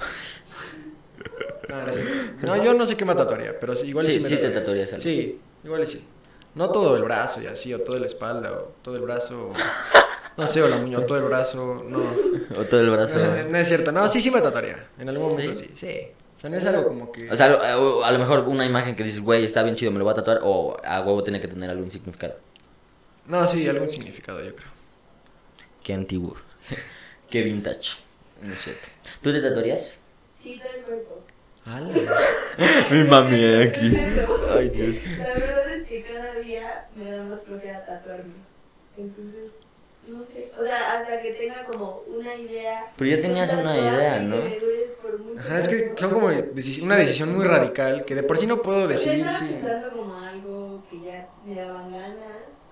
Ah, No, no, es cierto. No, yo no sé qué me tatuaría, pero sí, igual sí, Sí, me sí te tatuarías algo. Sí, igual y sí. No todo el brazo y así, o toda la espalda, o todo el brazo. No sé, o la muñeca, o todo el brazo. No. ¿O todo el brazo? <laughs> No, no es cierto. No, sí, sí me tatuaría. En algún momento ¿Sí? sí. Sí. O sea, no es algo como que. O sea, a lo- a lo mejor una imagen que dices, güey, está bien chido, me lo voy a tatuar, o a huevo tiene que tener algún significado. No, sí, algún significado, yo creo. Qué antiguo. <laughs> Qué vintage. No es cierto. ¿Tú te tatuarías? Sí, todo el cuerpo. <laughs> Mi mami aquí. Ay, Dios. La verdad es que cada día me da más flojera tatuarme. Entonces, no sé. O sea, hasta que tenga como una idea. Pero ya tenías un una tatuaje idea, que ¿no? me dure por mucho Ajá, es que tiempo. son como deci- una decisión muy radical que de por sí no puedo Yo decidir estaba si. pensando como algo que ya me daban ganas.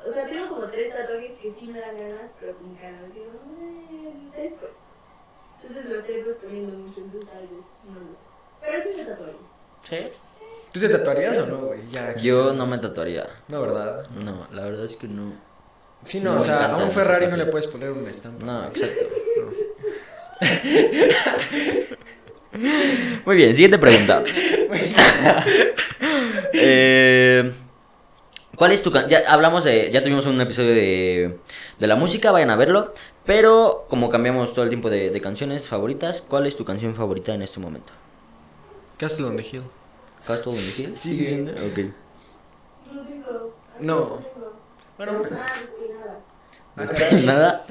O sea, tengo como tres tatuajes que sí me dan ganas, pero como cada vez digo, "Eh, después. Entonces lo estoy posponiendo mucho, entonces tal vez no lo sé. Pero sí me tatuaría. ¿Tú te tatuarías o no, güey? Ya. Yo no me tatuaría. No, ¿verdad? No, la verdad es que no. Sí, no, No, o me sea, a encantan un los Ferrari no tatuajes. le puedes poner un estampa. No, exacto. Muy bien, siguiente pregunta. Eh, ¿Cuál es tu can- Ya hablamos de. Ya tuvimos un episodio de, de la música, vayan a verlo. Pero como cambiamos todo el tiempo de, de canciones favoritas, ¿cuál es tu canción favorita en este momento? Castle on the Hill. ¿Castle in the Hill? Sigue. siendo- ok. No tengo. No. tengo. Bueno, pues. Nada, no sé nada. <laughs> acá. Nada.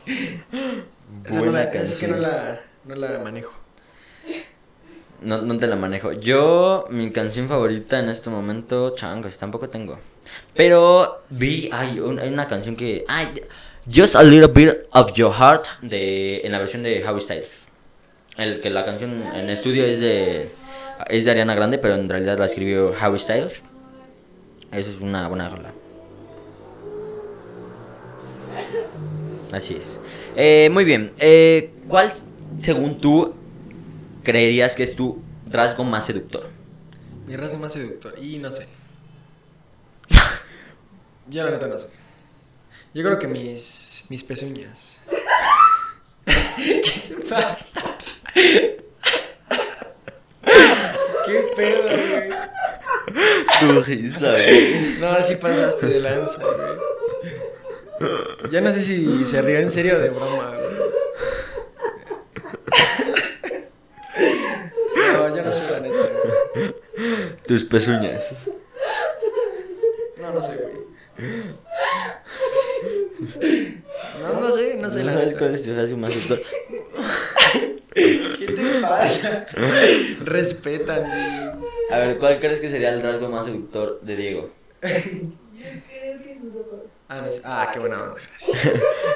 Esa no la, esa que no la, no la manejo. No, no te la manejo. Yo, mi canción favorita en este momento, changos, tampoco tengo. Pero vi, hay, un- hay una canción que. Ay, Just a Little Bit of Your Heart de, en la versión de Howie Styles. El, que la canción en estudio es de, es de Ariana Grande, pero en realidad la escribió Howie Styles. Eso es una buena rola. Así es. Eh, muy bien. eh, ¿Cuál, según tú, creerías que es tu rasgo más <laughs> seductor? Mi raza más seductor. Y no <laughs> sé. Yo la neta no sé. Yo creo que mis, mis pezuñas. <laughs> ¿Qué te pasa? ¿Qué pedo, güey? Tu risa, güey. No, sí pasaste de lanza, güey. Ya no sé si se ríe en serio o de broma, güey. Tus pezuñas. No, no sé, güey. No, no sé, no sé. la sabes neta. cuál es tu espacio más sexual. ¿Qué te pasa? <laughs> Respetan, güey. A ver, ¿cuál crees que sería el rasgo más seductor de Diego? Creo que sus ojos. Ah, mis- ah, qué buena Eh. onda.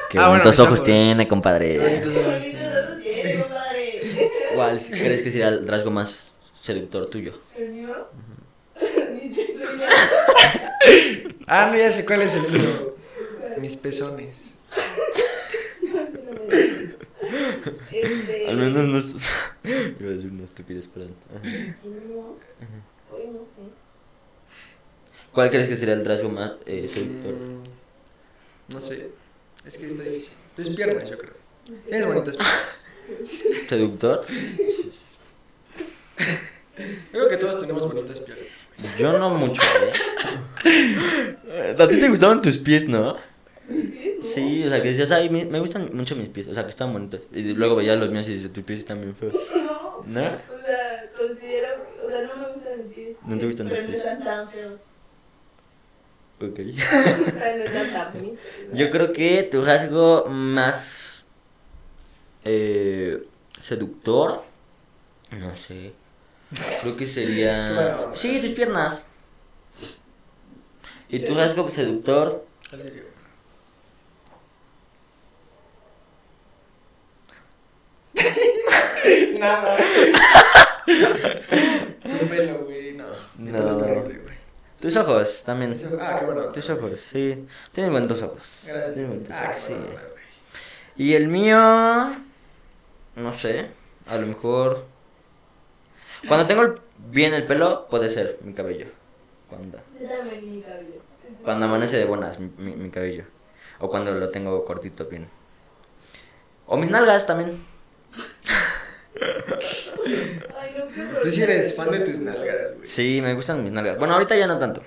Qué Ah, bueno, bonitos mis ojos ojos. tiene, compadre. Entonces, este, Bien, compadre. ¿Cuál crees que sería el rasgo más seductor tuyo? ¿El mío? <laughs> <laughs> Mis pezuñas. Ah, no, ya sé cuál es el mío. Mis pezones. Este, Al menos no es... <laughs> Iba a decir una estupidez, perdón. Ajá. el mío, hoy pues, no sé. ¿Cuál crees que sería el rasgo más eh, seductor? Mm, No sé. Es que está difícil. Tus piernas, yo creo. Tienes bonitas piernas. Mm. ¿Seductor? Yo creo que todos tenemos bonitas piernas. Yo no mucho, ¿eh? A ti te gustaban tus pies, ¿no? Sí, o sea, que decías, ay, me, me gustan mucho mis pies, o sea, que estaban bonitos. Y luego veías los míos y dices, tus pies están bien feos. No, ¿No? o sea, considero, o sea, no me gustan mis pies. No te gustan pero tus no pies. están tan feos. <laughs> Ok. <laughs> O sea, no están tan bonitos. Yo creo que tu rasgo más eh, seductor, no sé, creo que <laughs> sería... Claro. Sí, tus piernas. ¿Y tu rasgo seductor? ¿Cuál te digo? Nada. tu pelo, güey, no. Mi pelo No. está horrible, güey. Tus ojos también. Ah, qué bueno. Tus ojos, sí. Tienes bonitos ojos. Tienes Gracias. bonitos Ah, ojos, qué bueno, sí. güey. Y el mío. No sé. A lo mejor. Cuando tengo el- bien el pelo, puede ser mi cabello. Cuando, Yo también mi cabello. cuando amanece de buenas, mi, mi- mi cabello. O cuando lo tengo cortito bien. O mis nalgas también. Ay, no, qué Tú horror. sí eres fan de tus nalgas, güey. Sí, me gustan mis nalgas. Bueno, ahorita ya no tanto.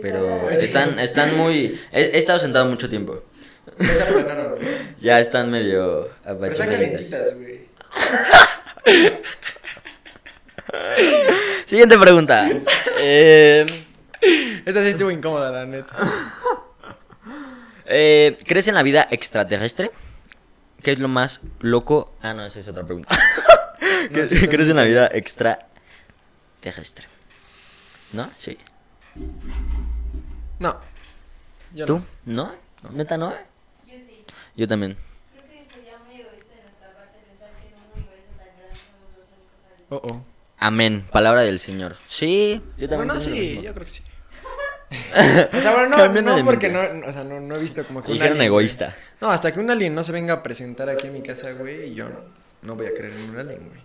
Pero este Está- <laughs> están, están muy. He, he estado sentado mucho tiempo. No se aplanaron, güey. Ya están medio Pero están apachurraditas. calentitas, güey. Siguiente pregunta. Eh, Esta sí estuvo incómoda, la neta. Eh, ¿Crees en la vida extraterrestre? ¿Qué es lo más loco? Ah, no, esa es otra <laughs> pregunta. No, ¿Qué- sí, ¿Crees en la vida extraterrestre? ¿No? Sí. No. Yo ¿Tú? no. ¿No? ¿Neta no? Yo sí. Yo también. Creo que sería muy egoísta de nuestra parte pensar que en un universo tan grande somos los únicos sabios. Oh, oh. Amén. Palabra del Señor. Sí, yo también. Bueno, pienso lo sí, mismo. yo creo que sí. <laughs> O sea, bueno, no, Cambiando de no porque mente. no, o sea, no, no he visto como que un Dijeron alien- egoísta. No, hasta que un alien no se venga a presentar aquí a mi casa, güey, y yo no, no voy a creer en un alien, güey.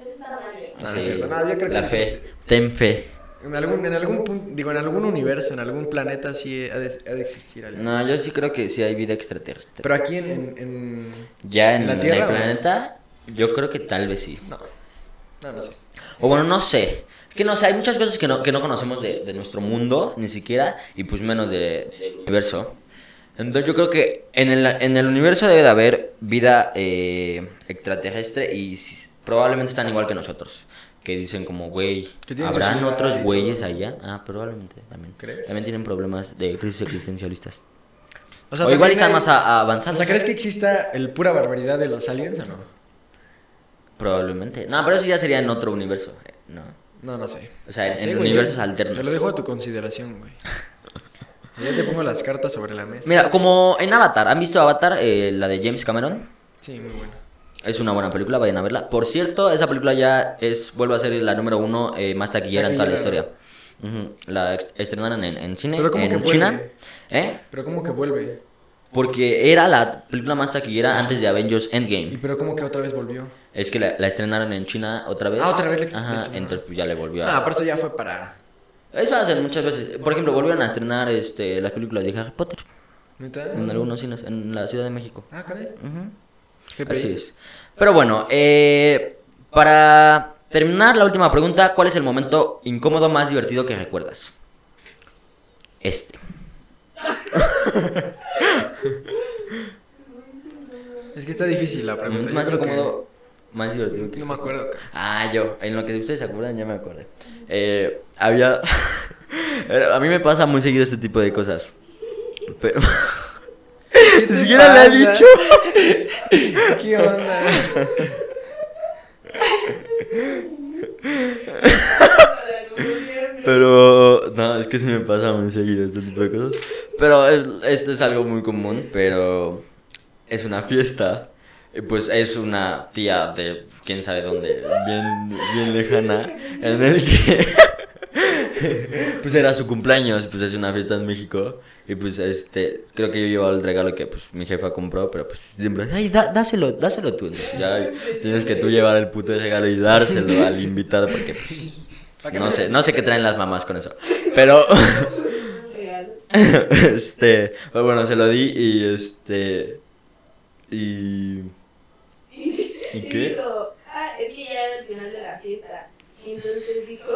Ah, Eso está mal. ¿eh? No, no es cierto. No, yo creo que La sí fe. existe. Ten fe. En algún, en algún punto, digo, en algún universo, en algún planeta sí ha de, ha de existir alien. No, yo sí creo que sí hay vida extraterrestre. Pero aquí en, en, en- ya en, ¿en la el Tierra o no? planeta, yo creo que tal vez sí. No, no, no sé. O bueno, no sé. Es que no sé, hay muchas cosas que no, que no conocemos de, de nuestro mundo, ni siquiera, y pues menos de- del universo. Entonces yo creo que en el, en el universo debe de haber vida eh, extraterrestre y s- probablemente están igual que nosotros. Que dicen como, güey, Que tienen ¿habrán sociedad y otros todo. güeyes allá? Ah, probablemente también. ¿Crees? También tienen problemas de crisis existencialistas. O, sea, igual también están hay- más a- a O avanzados. sea, ¿crees que exista el pura barbaridad de los aliens o no? Probablemente. No, pero eso ya sería en otro universo. eh, No. No, no sé. O sea, en, Sí, en güey, universos yo- alternos. Te lo dejo a tu <laughs> consideración, güey. Yo te pongo las cartas sobre la mesa. Mira, como en Avatar, ¿han visto Avatar, eh, la de James Cameron? Sí, muy bueno. Es una buena película, vayan a verla. Por cierto, esa película ya es vuelve a ser la número uno eh, más taquillera en toda la Taquillera. historia. Ujú, La ex- estrenaron en, en cine, Pero ¿cómo que en vuelve? China, ¿eh? Pero ¿cómo que vuelve? Porque era la película más taquillera antes de Avengers ¿Y Endgame. pero cómo que otra vez volvió? Es que la, la estrenaron en China otra vez. Ah, otra vez la ex- la Ajá, estrenaron. entonces pues ya le volvió a... Ah, pero eso ya fue para... Eso hacen muchas veces. Por ejemplo, volvieron a estrenar este, las películas de Harry Potter ¿Neta? en algunos cines en la Ciudad de México. Ah, caray. Ujú. GPI. Así es. Pero bueno, eh, para terminar la última pregunta, ¿cuál es el momento incómodo más divertido que recuerdas? Este. Es que está difícil la El momento pregunta. más Yo creo que- incómodo más divertido que... No me acuerdo. cabrón. Ah, yo, en lo que ustedes se acuerdan, ya me acordé. Eh, había... <laughs> Era- A mí me pasa muy seguido este tipo de cosas. Pero... <laughs> <laughs> ¿Qué Ni te siquiera le ha pasa? dicho. ¿Qué onda? Pero no, es que sí me pasa muy seguido este tipo de cosas. Pero es- esto es algo muy común, pero es una fiesta. Y pues es una tía de quién sabe dónde, bien, bien lejana, en el que <laughs> pues era su cumpleaños, pues es una fiesta en México. Y pues este, creo que yo llevaba el regalo que pues mi jefa compró, pero pues siempre, ay, da- dáselo, dáselo tú. Entonces, ya tienes que tú llevar el puto regalo y dárselo al invitado porque pues, ¿Para qué no me- sé, no sé qué traen las mamás con eso. Pero, <laughs> Regalos. este, pues, bueno, se lo di y este, y... ¿Y Y qué? dijo, ah, es que ya era el final de la fiesta. Y entonces dijo, <laughs>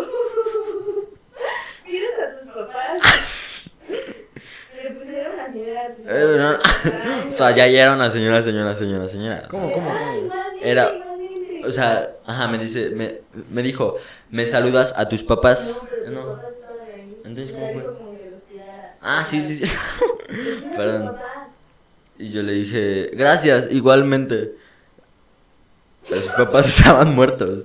¿pides a tus papás? <laughs> Pero pues era una señora. pues, Eh, no. ay, <laughs> O sea, ya, ya era una señora, señora, señora, señora. ¿Cómo, cómo, ay, cómo? mami, Era- mami. O sea, ajá, me dice, me, me dijo, me saludas a tus papás. No, pero tus No. papás estaban ahí. Entonces, O sea, ¿cómo fue? dijo como que los cuidara. Ah, sí, sí, <laughs> sí. Pero tus Perdón. papás. Y yo le dije, gracias, igualmente. Pero sus papás <laughs> estaban muertos.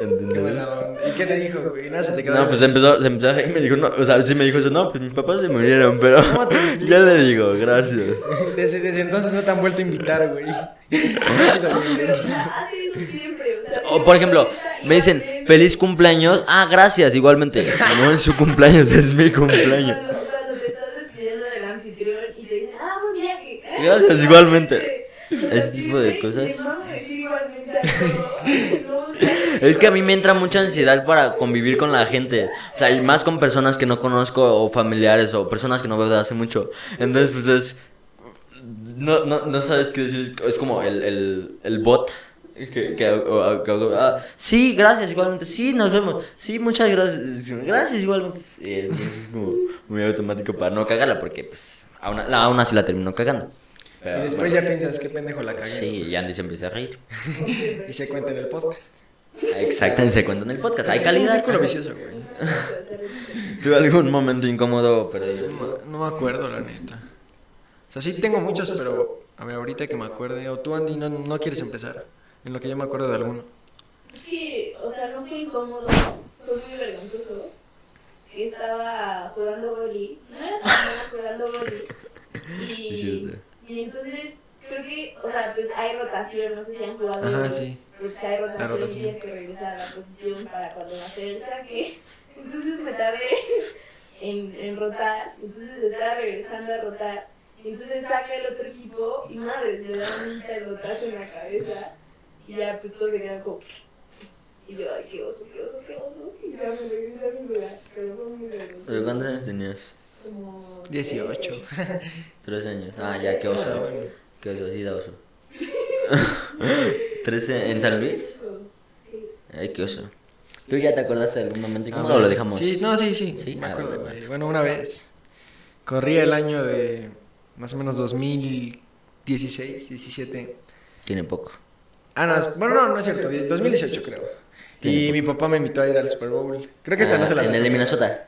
¿Entendés? <laughs> Qué buena onda. ¿Y qué te dijo, güey? Nada, se te quedó. No, pues empezó, se empezó a reír y me dijo, no, o sea, sí me dijo eso, no, pues mis papás se murieron, pero ¿Cómo <laughs> te explico? ya le digo, gracias. <laughs> desde, desde entonces no te han vuelto a invitar, <laughs> güey. <laughs> Gracias a Pero Dios. ah, hace eso siempre. O, sea, O siempre por ejemplo, cuida me dicen, igualmente. feliz cumpleaños, ah, gracias, igualmente. No es su cumpleaños, es mi cumpleaños. Cuando, cuando te estás despidiendo del anfitrión y te dicen, ah, buen viaje. Gracias, igualmente. Ese Este tipo de cosas. Es <laughs> Es que a mí me entra mucha ansiedad para convivir con la gente. O sea, y más con personas que no conozco o familiares o personas que no veo desde hace mucho. Entonces, pues es... No, no, no sabes qué decir. Es como el, el, el bot. Que, que hago- que hago, ah, sí, gracias igualmente. Sí, nos vemos. Sí, muchas gracias. Gracias igualmente. Sí, entonces es como muy automático para no cagarla porque pues aún, la- aún así la termino cagando. Pero, pues, Y después ya piensas, qué pendejo la cagué. Sí, y Andy se empieza a reír. Y se cuenta en el podcast. Exactamente, se cuenta en el podcast. Hay Es que es un calidad. círculo vicioso, güey. Tuve algún momento incómodo, pero No, no me acuerdo, la neta. O sea, sí tengo muchos, pero a ver, ahorita que me acuerde. O tú, Andy, no, no quieres empezar. En lo que yo me acuerdo de alguno. Sí, o sea, no fue incómodo, fue muy vergonzoso. Estaba jugando boli, no era tan buena jugando boli. Sí, sí, Y, y entonces, creo que, o sea, pues hay rotación, no sé si han jugado. Ajá, boli, sí. Pero pues hay rotación, rotación. y tienes que regresar a la posición para cuando va a ser el saque. <laughs> Entonces me tardé en, en rotar, entonces estaba regresando a rotar. Entonces saca el otro equipo y madre, me da un pelotazo en la cabeza. Y ya pues todos se quedan como. Y yo, ay, qué oso, qué oso, qué oso. Y ya me regresé a mi lugar. Pero fue muy ¿Pero vergonzoso. cuántos años tenías? Como 18. Tres años. Ah, ya, qué oso. Qué oso, sí da oso. ¿Trece en San Luis? Sí. Ay, qué oso. ¿Tú ya te acordaste de algún momento Ah, incómodo o bueno. lo dejamos? Sí, no, sí, sí. Sí, me ah, acuerdo, bueno, güey. Bueno, una vez. Corría el año de más o menos 2016, 17. Tiene poco. Ah, no, es- bueno, no, no es cierto. 2018, creo. Y mi papá me invitó a ir al Super Bowl. Creo que esta no Ah, se la ¿En el de saco. Minnesota?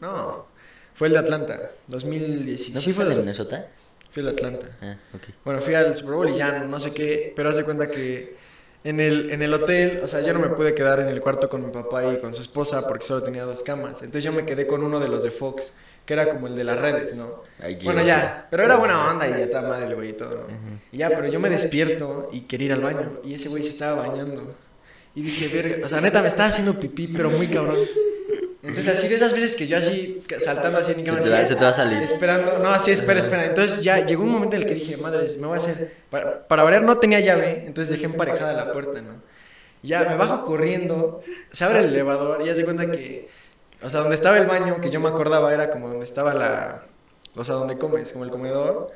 No. Fue el de Atlanta. ¿No 2017. fuiste Sí, fue al de el de Minnesota? fue el de Atlanta. Ah, ok. Bueno, fui al Super Bowl y ya no, no sé qué, pero haz de cuenta que en el, en el hotel, o sea, yo no me pude quedar en el cuarto con mi papá y con su esposa porque solo tenía dos camas. Entonces yo me quedé con uno de los de Fox, que era como el de las redes, ¿no? Ay, qué Bueno, oso. ya, pero era buena onda y ya estaba madre el güey y todo, ¿no? Y ya, pero yo me despierto y quería ir al baño y ese güey se estaba bañando. Y dije, verga, o <laughs> sea, neta, me estaba haciendo pipí, pero muy cabrón. Entonces, así de esas veces que yo así, saltando así en mi Se cama, te, va, así, se te va a salir. Esperando, no, sí, espera, espera. Entonces ya llegó un momento en el que dije, madres, me voy a hacer. Para, para variar, no tenía llave, entonces dejé emparejada la puerta, ¿no? Ya me bajo corriendo, se abre el elevador y ya se cuenta que. O sea, donde estaba el baño, que yo me acordaba, era como donde estaba la. O sea, donde comes, como el comedor.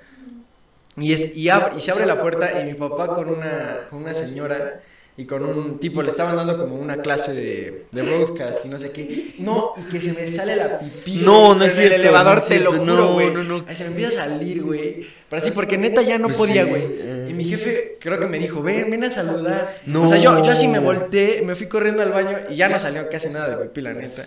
Y, es- y, ab- y se abre la puerta y mi papá con una, con una señora y con un tipo le estaban dando como una clase de, de broadcast y no sé qué. No, y que se me sale la pipí. No, no güey, es en el cierto, elevador, no es te lo cierto, no, juro, güey. no, no. Ahí Se me empieza a salir, güey. Pero así, porque neta ya no Pues podía, sí, güey. eh. Y mi jefe creo que me dijo, ven, ven a saludar. No. O sea, yo, yo así me volteé, me fui corriendo al baño y ya no salió casi nada de pipí, la neta.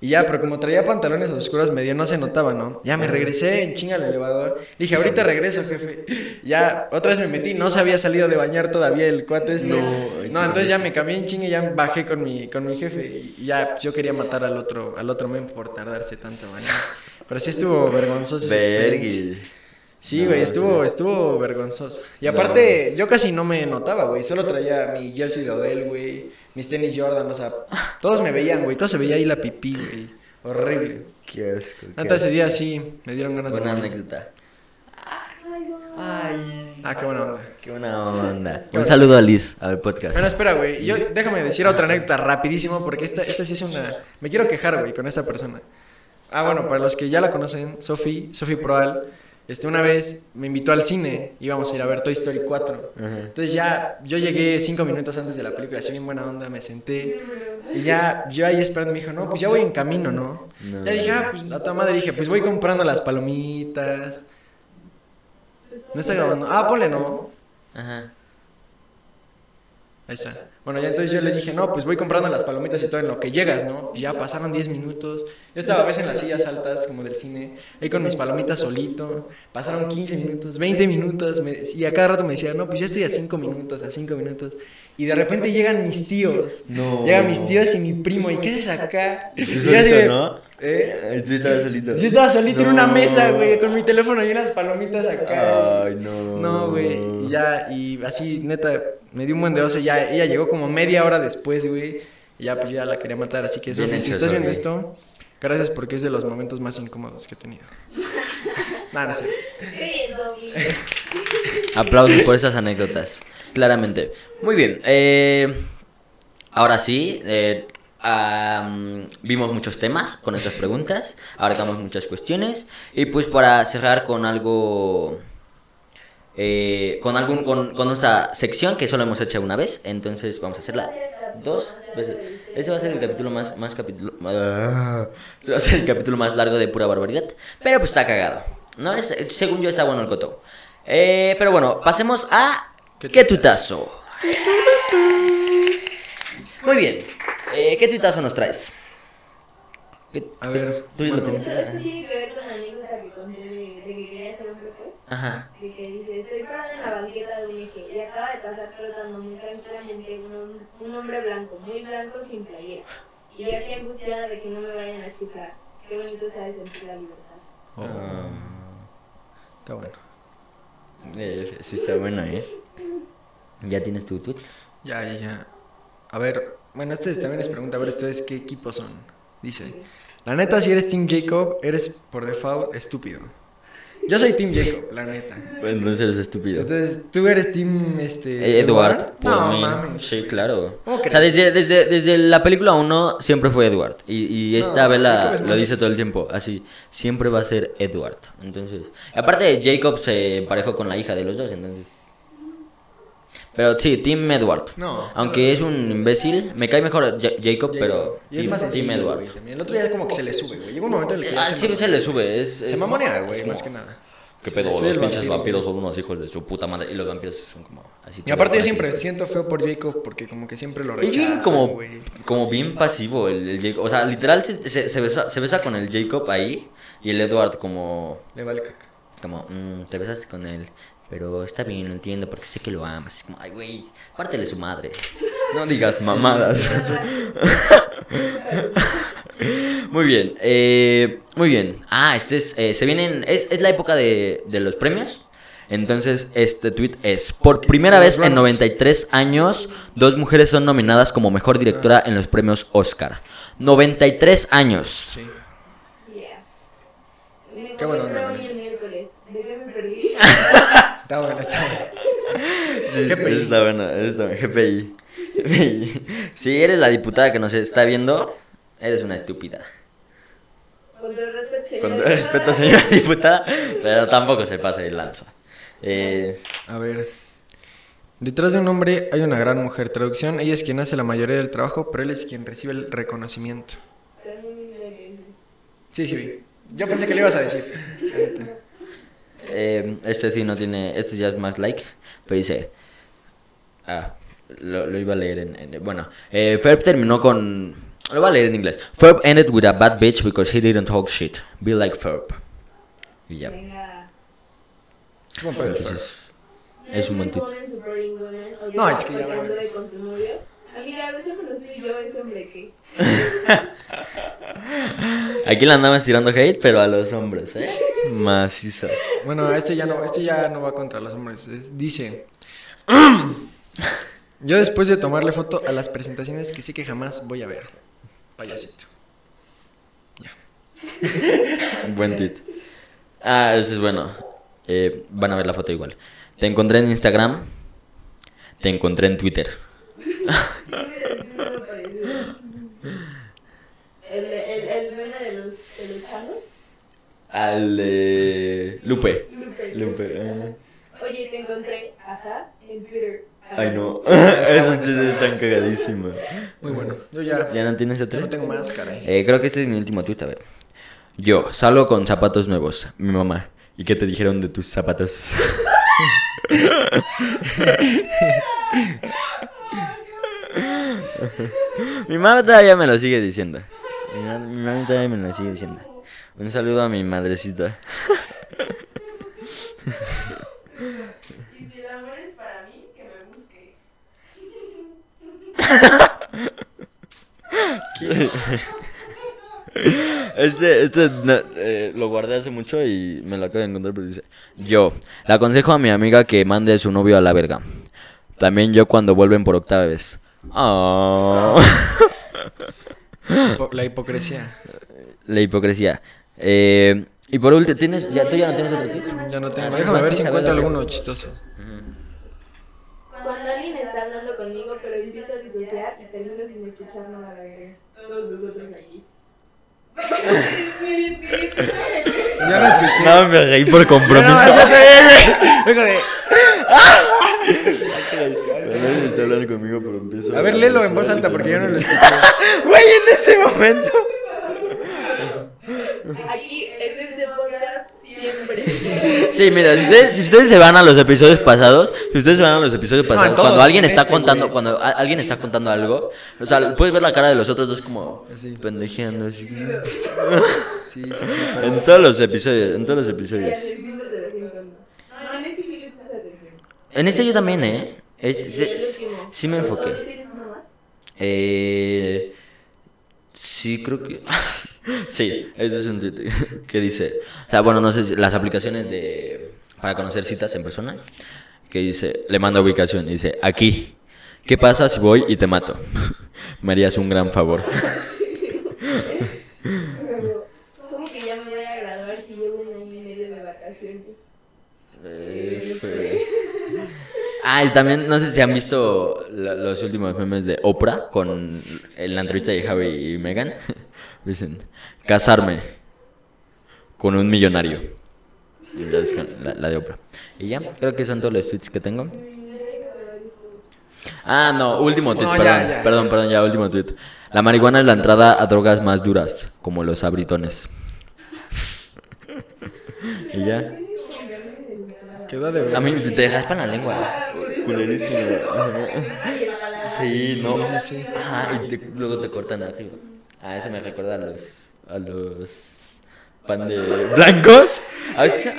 Y ya, pero como traía pantalones oscuros, medio no se notaba, ¿no? Ya me regresé en chinga al elevador. Dije, ahorita regreso, jefe. Ya, otra vez me metí, no se había salido de bañar todavía el cuate este. No, entonces ya me cambié en chinga y ya bajé con mi, con mi jefe. Y ya, yo quería matar al otro, al otro men por tardarse tanto, man. Pero sí estuvo vergonzoso. esa experiencia. Vergui. Sí, No, güey, sí. estuvo, estuvo vergonzoso. Y aparte, yo casi no me notaba, güey. Solo traía mi jersey de Odell, güey. Mis tenis Jordan, o sea, todos me veían, güey. Todos se veía ahí la pipí, güey. Horrible. Qué asco. qué Antes ese asco. día sí, me dieron ganas Buena de morir. anécdota. Ay, Ah, qué buena onda. qué buena onda. Un saludo a Liz, al podcast. Bueno, espera, güey. Yo, déjame decir otra anécdota rapidísimo porque esta, esta sí es una... Me quiero quejar, güey, con esta persona. Ah, bueno, para los que ya la conocen, Sofi, Sofi Proal, este, una vez me invitó al cine, íbamos a ir a ver Toy Story 4. Entonces ya, yo llegué cinco minutos antes de la película, así bien buena onda, me senté. Y ya, yo ahí esperando, me dijo, no, pues ya voy en camino, ¿no? No. Ya dije, ah, pues a tu madre dije, pues voy comprando las palomitas. No está grabando. Ah, ponle, no. ah, Ajá. Ahí está. Bueno, ya entonces yo le dije, no, pues voy comprando las palomitas y todo en lo que llegas, ¿no? Ya pasaron 10 minutos. Yo estaba a veces en las sillas altas, como del cine, ahí con mis palomitas solito. Pasaron 15 minutos, 20 minutos, me- y a cada rato me decía, no, pues ya estoy a 5 minutos, a 5 minutos. Y de repente llegan mis tíos. No. Llegan mis tíos y mi primo, ¿y qué haces acá? Tú Y así de- solito, ¿no? ¿Eh? Ay, Tú estabas solito. Yo estaba solito en una No. mesa, güey, con mi teléfono y unas palomitas acá. Ay, no. No, güey. Y ya, y así, neta, me dio un buen de oso. Ya, ella llegó como media hora después, güey. Y ya, pues ya la quería matar. Así que, Bien Sofi, si hecho, estás viendo Sofi. esto, gracias porque es de los momentos más incómodos que he tenido. Nada, no sé. Aplausos por esas anécdotas, claramente. Muy bien, eh, ahora sí, eh, am, vimos muchos temas con estas preguntas, abarcamos muchas cuestiones y pues para cerrar con algo, eh, con algún, con, con esa sección que solo hemos hecho una vez, entonces vamos a hacerla dos veces. Este va a ser el capítulo más, más capítulo, <laughs> este va a ser el capítulo más largo de pura barbaridad, pero pues está cagado, no es, según yo está bueno el coto. Eh, pero bueno, pasemos a ¿Qué ¿Qué tuitazo? Muy bien. Eh, ¿Qué tuitazo nos traes? ¿Qué- A ver, Tú ya lo bueno. tienes. Esto tiene que ver con la anécdota que conté de de que quería ser un juez. Ah, Ajá. de que dice, estoy parada en la banqueta de un eje y acaba de pasar trotando muy tranquilamente un, hom- un hombre blanco, muy blanco sin playera. Y yo aquí angustiada de que no me vayan a chutar. Qué bonito se ha de sentir la libertad. Oh, está bueno. Um, Eh, sí está bueno, ¿eh? ¿Ya tienes tu tuit? Ya, ya, ya. A ver, bueno, ustedes también les pregunto, a ver ustedes qué equipo son. Dice, la neta, si eres Team Jacob, eres por default estúpido. Yo soy Team Jacob, la neta. Entonces eres estúpido. Entonces, tú eres Team, este... Edward, Eh, por No, mí. mames. Sí, claro. ¿Cómo O sea, crees? desde, desde, desde la película 1 siempre fue Edward. Y, y esta No, ¿qué vela crees lo más? dice todo el tiempo. Así, siempre va a ser Edward. Entonces, aparte, Jacob se emparejó con la hija de los dos. Entonces, pero sí, Team Edward. No. Aunque es un imbécil, me cae mejor Ja- Jacob, pero Y es Team, más team sencillo, Edward. güey, también. El otro día como que se le sube, güey. Llega un momento en el que... ya Ah, sí, mamonea. se le sube. Es, Se es- mamonea, güey, es más que como, nada. ¿Qué pedo? Soy Los el pinches vampiro. vampiros son unos hijos de su puta madre. Y los vampiros son como así. Y aparte yo todos siempre racistas. siento feo por Jacob porque como que siempre lo Es rechazan, bien como, güey. como bien pasivo el, el Jacob. O sea, literal se, se- se besa, se besa con el Jacob ahí y el Edward como, Le vale caca. como "Mm, te besaste con él, pero está bien, lo entiendo porque sé que lo amas. Es como, ay, güey, pártele su madre. No digas mamadas. muy bien, eh, muy bien. Ah, este es, eh, se vienen, es, es la época de, de los premios. Entonces, este tweet es, por primera vez en 93 años, dos mujeres son nominadas como mejor directora en los premios Oscar. 93 años. Sí. Yeah. Me Qué buena compré onda, brownie manito. el miércoles. ¿De qué me perdí? Está bueno, está bueno. <laughs> Sí, GPI. Está bueno, está bueno. GPI. GPI. Si eres la diputada que nos está viendo, eres una estúpida. Con todo el respeto, señor. Con todo respeto, <laughs> señora diputada, pero tampoco se pase el lanza. Eh, A ver. Detrás de un hombre hay una gran mujer. Traducción, ella es quien hace la mayoría del trabajo, pero él es quien recibe el reconocimiento. Sí, sí, vi. Yo pensé que le ibas a <laughs> decir. Eh, este sí no tiene, este ya es más like, pero dice, ah, lo, lo iba a leer en, en- bueno, eh, Ferb terminó con, lo voy a leer en inglés. Ferb ended with a bad bitch because he didn't talk shit. Be like Ferb. Y ya. Venga. Entonces, Es un buen tip. No, es que ya me- con tu novio. Amiga, a veces me lo estoy yo, ese hombre que. aquí la andamos tirando hate, pero a los hombres, ¿eh? Macizo. Bueno, este ya no, este ya no va contra los hombres. Es- Dice. Yo después de tomarle foto a las presentaciones que sé que jamás voy a ver. Payasito. Buen tweet. Ah, ese es bueno. Eh, van a ver la foto igual. Te encontré en Instagram. Te encontré en Twitter. El, el, el meme de los, de los changos. Al de Lupe. Lupe. eh. Oye, te encontré, ajá, en Twitter. Ay, <laughs> no. Esos tweets están cagadísimos. Muy bueno. Yo ya, ¿Ya no tienes otro? ya no tengo más, caray. Eh, creo que este es mi último tweet, a ver. Yo salgo con zapatos nuevos. Mi mamá. ¿Y qué te dijeron de tus zapatos? <laughs> mi mamá todavía me lo sigue diciendo. Mi ma- mi mamá todavía me lo sigue diciendo. Un saludo a mi madrecita. Y si el amor es para mí, que me busque. <laughs> Este, este no, eh, lo guardé hace mucho y me lo acabo de encontrar, pero dice, yo, le aconsejo a mi amiga que mande a su novio a la verga. También yo cuando vuelven por octava vez. Ah. <laughs> Eh. Po- La hipocresía. La hipocresía. Eh, y por último, ¿tienes, ya, ¿tú ya no tienes otro tweet? Ya no tengo. Ah, Déjame ver si déjame encuentro ver. alguno chistoso. Cuando alguien está hablando conmigo, pero empieza a disociar y termino sin escuchar nada de todos nosotros <laughs> aquí. Ya lo escuché. No, me reí por compromiso. está hablando conmigo, pero empiezo A ver, léelo en voz alta porque yo no lo escuché. <laughs> Güey, en ese momento. Aquí, en este podcast, <laughs> siempre. Sí, mira, si ustedes, si ustedes se van a los episodios pasados, si ustedes se van a los episodios pasados, todos, cuando alguien en está este, contando, güey. cuando a- alguien está contando algo, o sea, puedes ver la cara de los otros dos como Así. pendejeando así. Sí, sí, sí. pero- En todos los episodios, en todos los episodios. No, en este sí le prestas atención. En este yo también, ¿eh? Es- Y el es- último. sí me ¿O tú enfoqué. tienes uno más? Eh, sí, creo que... <laughs> sí, eso es un tweet que dice... O sea, bueno, no sé, si- las aplicaciones de... para conocer citas en persona, que dice, le manda ubicación, dice, aquí. ¿Qué pasa si voy y te mato? <laughs> Me harías un gran favor. Pero, ¿Cómo que ya me voy a graduar si llevo un año y medio de vacaciones? Ah, y también, no sé si han visto la- los últimos memes de Oprah con en la entrevista de Javi y Megan. <laughs> Dicen, casarme con un millonario. Y ya es con La, la de Oprah. Y ya, creo que son todos los tweets que tengo. Ah, no, último tweet, No, ya, perdón, ya. perdón, perdón, ya, último tweet. La marihuana es la entrada a drogas más duras, como los abritones. <laughs> y ya. Quedó de A ver. mí te raspan la lengua. Culerísimo. Sí, no. Ajá, y te- luego te cortan arriba. Ah, eso me recuerda a los. a los. pan de. blancos. Ay, sí.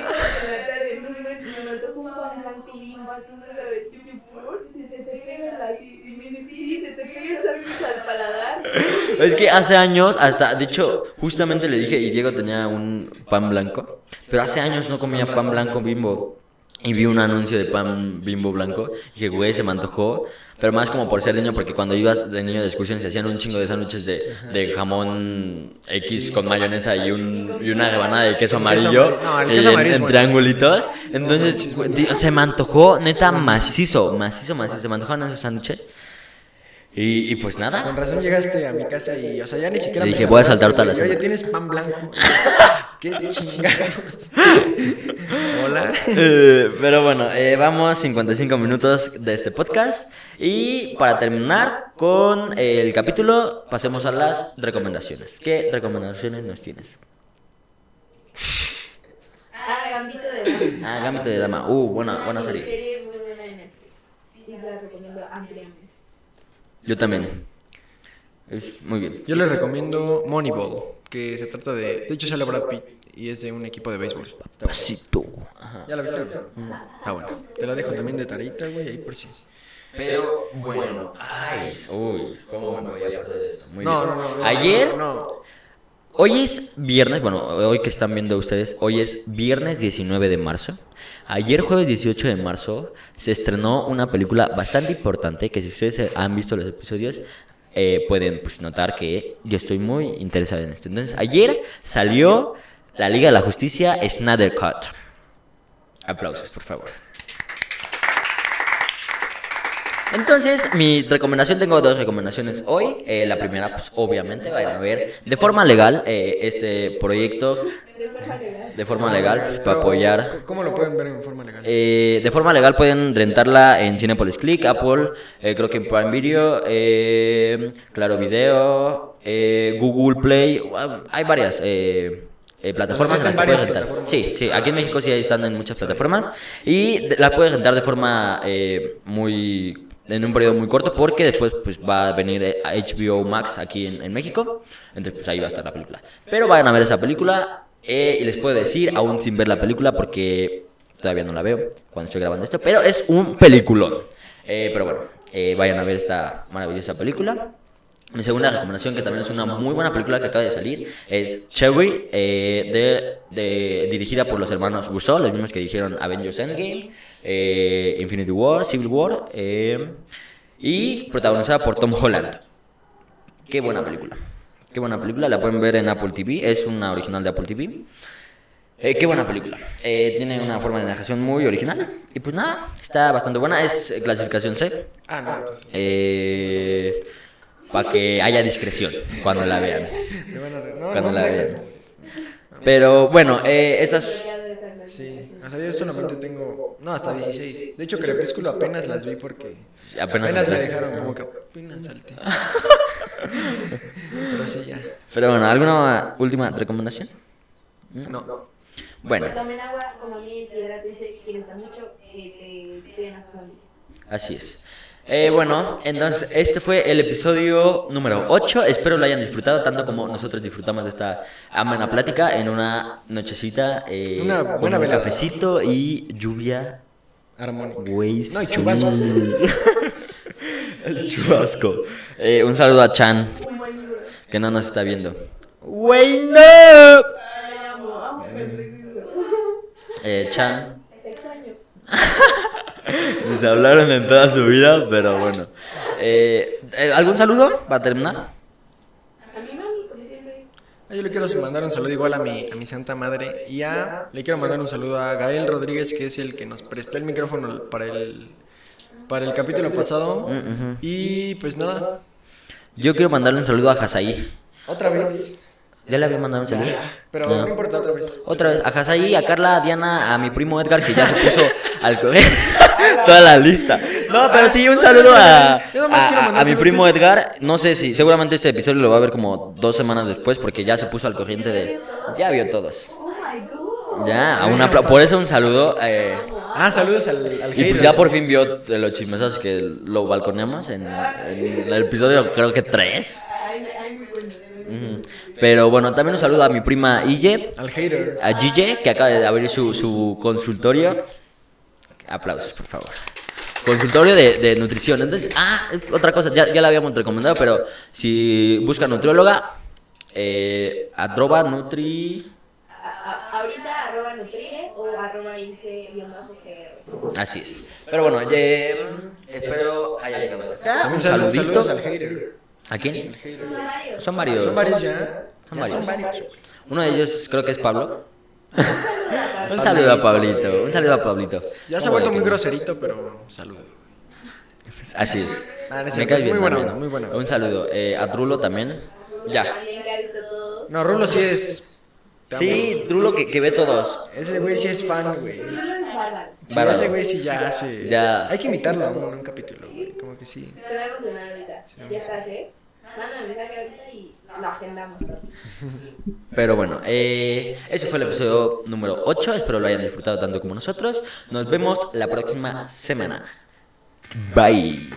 Es que hace años, hasta, de hecho, justamente le dije, y Diego tenía un pan blanco, pero hace años no comía pan blanco bimbo. Y vi un anuncio de pan bimbo blanco, y dije, güey, se me antojó, pero más como por ser niño, porque cuando ibas de niño de excursión se hacían un chingo de sándwiches de, de jamón X con mayonesa y, un, y una rebanada de queso amarillo No, el eh, queso en- amarillo es en bueno. triangulitos. Entonces, di- se me antojó, neta, macizo, macizo, macizo, se me antojaron esos sándwiches. Y, y pues Con nada. razón llegaste a mi casa y, o sea, ya ni siquiera. Le me dije, voy a saltar toda saludaste, la güey. Oye, cena. tienes <laughs> pan blanco. Qué chingados. Hola. Eh, pero bueno, eh, vamos 55 minutos de este podcast. Y para terminar con el capítulo, pasemos a las recomendaciones. ¿Qué recomendaciones nos tienes? Ah, Gambito de Dama. Ah, Gambito de Dama. Uh, buena, buena serie. serie muy buena en Netflix. Sí, la recomiendo ampliamente. Yo también. Es- Muy bien. Yo les recomiendo Moneyball, que se trata de. De hecho, sale Brad Pitt y es de un equipo de béisbol. Está bueno. Pasito. Ajá. ¿Ya la viste? Ah, bueno. Te la dejo también de tareita, güey, ahí por si. Pero bueno, ay, uy, ¿cómo me voy a perder esto? Muy No, bien. no, no, no. Ayer, No, no. hoy es viernes, bueno, hoy que están viendo ustedes, hoy es viernes 19 de marzo. Ayer, jueves 18 de marzo, se estrenó una película bastante importante que si ustedes han visto los episodios, eh, pueden pues, notar que yo estoy muy interesado en esto. Entonces, ayer salió la Liga de la Justicia Snyder Cut. Aplausos, por favor. Entonces, mi recomendación, tengo dos recomendaciones hoy. Eh, la primera, pues obviamente, vayan a ver de forma legal eh, este proyecto, de forma legal, pues, para Pero, apoyar. ¿Cómo lo pueden ver en forma legal? Eh, de forma legal pueden rentarla en Cinepolis Click, Apple, eh, creo que en Prime Video, eh, Claro Video, eh, Google Play, um, hay varias eh, eh, plataformas en las que puedes Existen varias rentar. plataformas. Sí, sí, aquí en México sí están en muchas plataformas y de- la puedes rentar de forma eh, muy en un periodo muy corto porque después pues va a venir eh, a HBO Max aquí en, en México entonces pues ahí va a estar la película pero vayan a ver esa película eh, y les puedo decir aún sin ver la película porque todavía no la veo cuando estoy grabando esto pero es un peliculón Eh, pero bueno eh, vayan a ver esta maravillosa película mi segunda recomendación, que también es una muy buena película que acaba de salir, es Cherry, eh, de, de- dirigida por los hermanos Rousseau, los mismos que dijeron Avengers Endgame, eh, Infinity War, Civil War, eh, y protagonizada por Tom Holland. Qué buena película. Qué buena película, la pueden ver en Apple TV, es una original de Apple TV. Eh, qué buena película. Eh, tiene una forma de narración muy original. Y pues nada, está bastante buena. Es eh, clasificación C Ah, no. no, sí. para Eh, que haya discreción cuando la vean. Me van a re- no, Cuando no, la no, vean. Pero bueno, eh, esas... Sí, o sea, yo solamente tengo. No, hasta 16. De hecho, Crepúsculo apenas las vi porque. Apenas, Apenas me atrás. dejaron como que. Apenas <laughs> salté. Pero sí, ya. Pero bueno, ¿alguna última recomendación? Mm. No. Bueno, Tomen agua, como bien, de verdad, dice que les da mucho, eh, te cuiden a su familia. así es. Eh, bueno, entonces este fue el episodio número 8. Espero lo hayan disfrutado tanto como nosotros disfrutamos de esta amena plática en una nochecita eh, Una con buena un velada. cafecito y lluvia Armónico. Güey, No, y sí. chubasco. El chubasco. Eh, un saludo a Chan, que no nos está viendo. ¡Güey, no! Eh, Chan. Se hablaron en toda su vida, pero bueno. Eh, eh, ¿Algún saludo para terminar? A mi mami, como siempre. Ah, Yo le quiero mandar un saludo igual a mi, a mi santa madre y a... Le quiero mandar un saludo a Gael Rodríguez, que es el que nos prestó el micrófono para el, para el capítulo pasado. Mm, ujú. Y pues nada, Yo quiero mandarle un saludo a Hasai. otra vez. ¿Ya le había mandado un saludo? Pero No. no importa, otra vez. Otra vez, a Hasai, a Carla, a Diana, a mi primo Edgar, que ya se puso <laughs> al correr toda la lista. No, pero sí, un saludo a, Yo nada más a- a- quiero mandar a mi saludos. primo Edgar. No sé si, seguramente este episodio lo va a ver como dos semanas después, porque ya se puso al corriente de. Ya vio todos. Oh my god. Ya, a un apla- por eso un saludo. eh, Ah, saludos al, al y pues hater. ya por fin vio eh, los chismesazos que lo balconeamos en, en el episodio, creo que tres. Ay, ay, muy bueno, de verdad. Ujú. Pero bueno, también un saludo a mi prima Ille. Al hater. A Gille, que acaba de abrir su, su consultorio. Aplausos, por favor. Consultorio de, de nutrición. Entonces, ah, es otra cosa, ya, ya la habíamos recomendado, pero si busca nutrióloga, eh, arroba nutri. A- a- Ahorita arroba nutrire o arroba irse bien bajo que- Así es. Pero bueno, eh, espero haya llegado hasta acá. Un También saludos, saludos al saludito. hater. ¿A quién? Son varios. Son varios. Son varios ya. Son Ya varios. Son varios. Uno de ellos creo que es <laughs> Pablo. un saludo a Pablito. Un saludo a Pablito. Ya se ha vuelto muy groserito, pero un saludo. Así es. Ah, no es Me cierto, caes es bien, muy buena también. onda, muy buena onda. Un saludo. eh, a Trulo también. Ya. También que ha visto todos. No, Rulo sí es. te amo. Sí, Trulo que, que ve todos. Ese güey sí es fan, güey. Pero no es bárbaro. Sí, Bárbaro. ese güey sí ya hace. Ya. Hay que imitarlo ¿no? en un capítulo, güey. Como que sí. Te voy a funcionar ahorita. Ya estás, ¿eh? Mándame mensaje ahorita y lo agendamos. Pero bueno, eh, ese fue el episodio número 8. Espero lo hayan disfrutado tanto como nosotros. Nos vemos la próxima semana. Bye.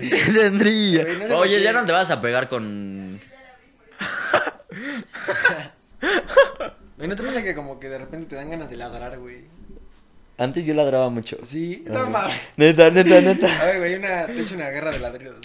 <laughs> Tendría. Oye, ya no te vas a pegar con. Güey, ¿no te pasa que como que de repente te dan ganas de ladrar, güey? Antes yo ladraba mucho. Sí, no mames. Neta, neta, neta. A ver, güey, una, te he hecho una guerra de ladridos.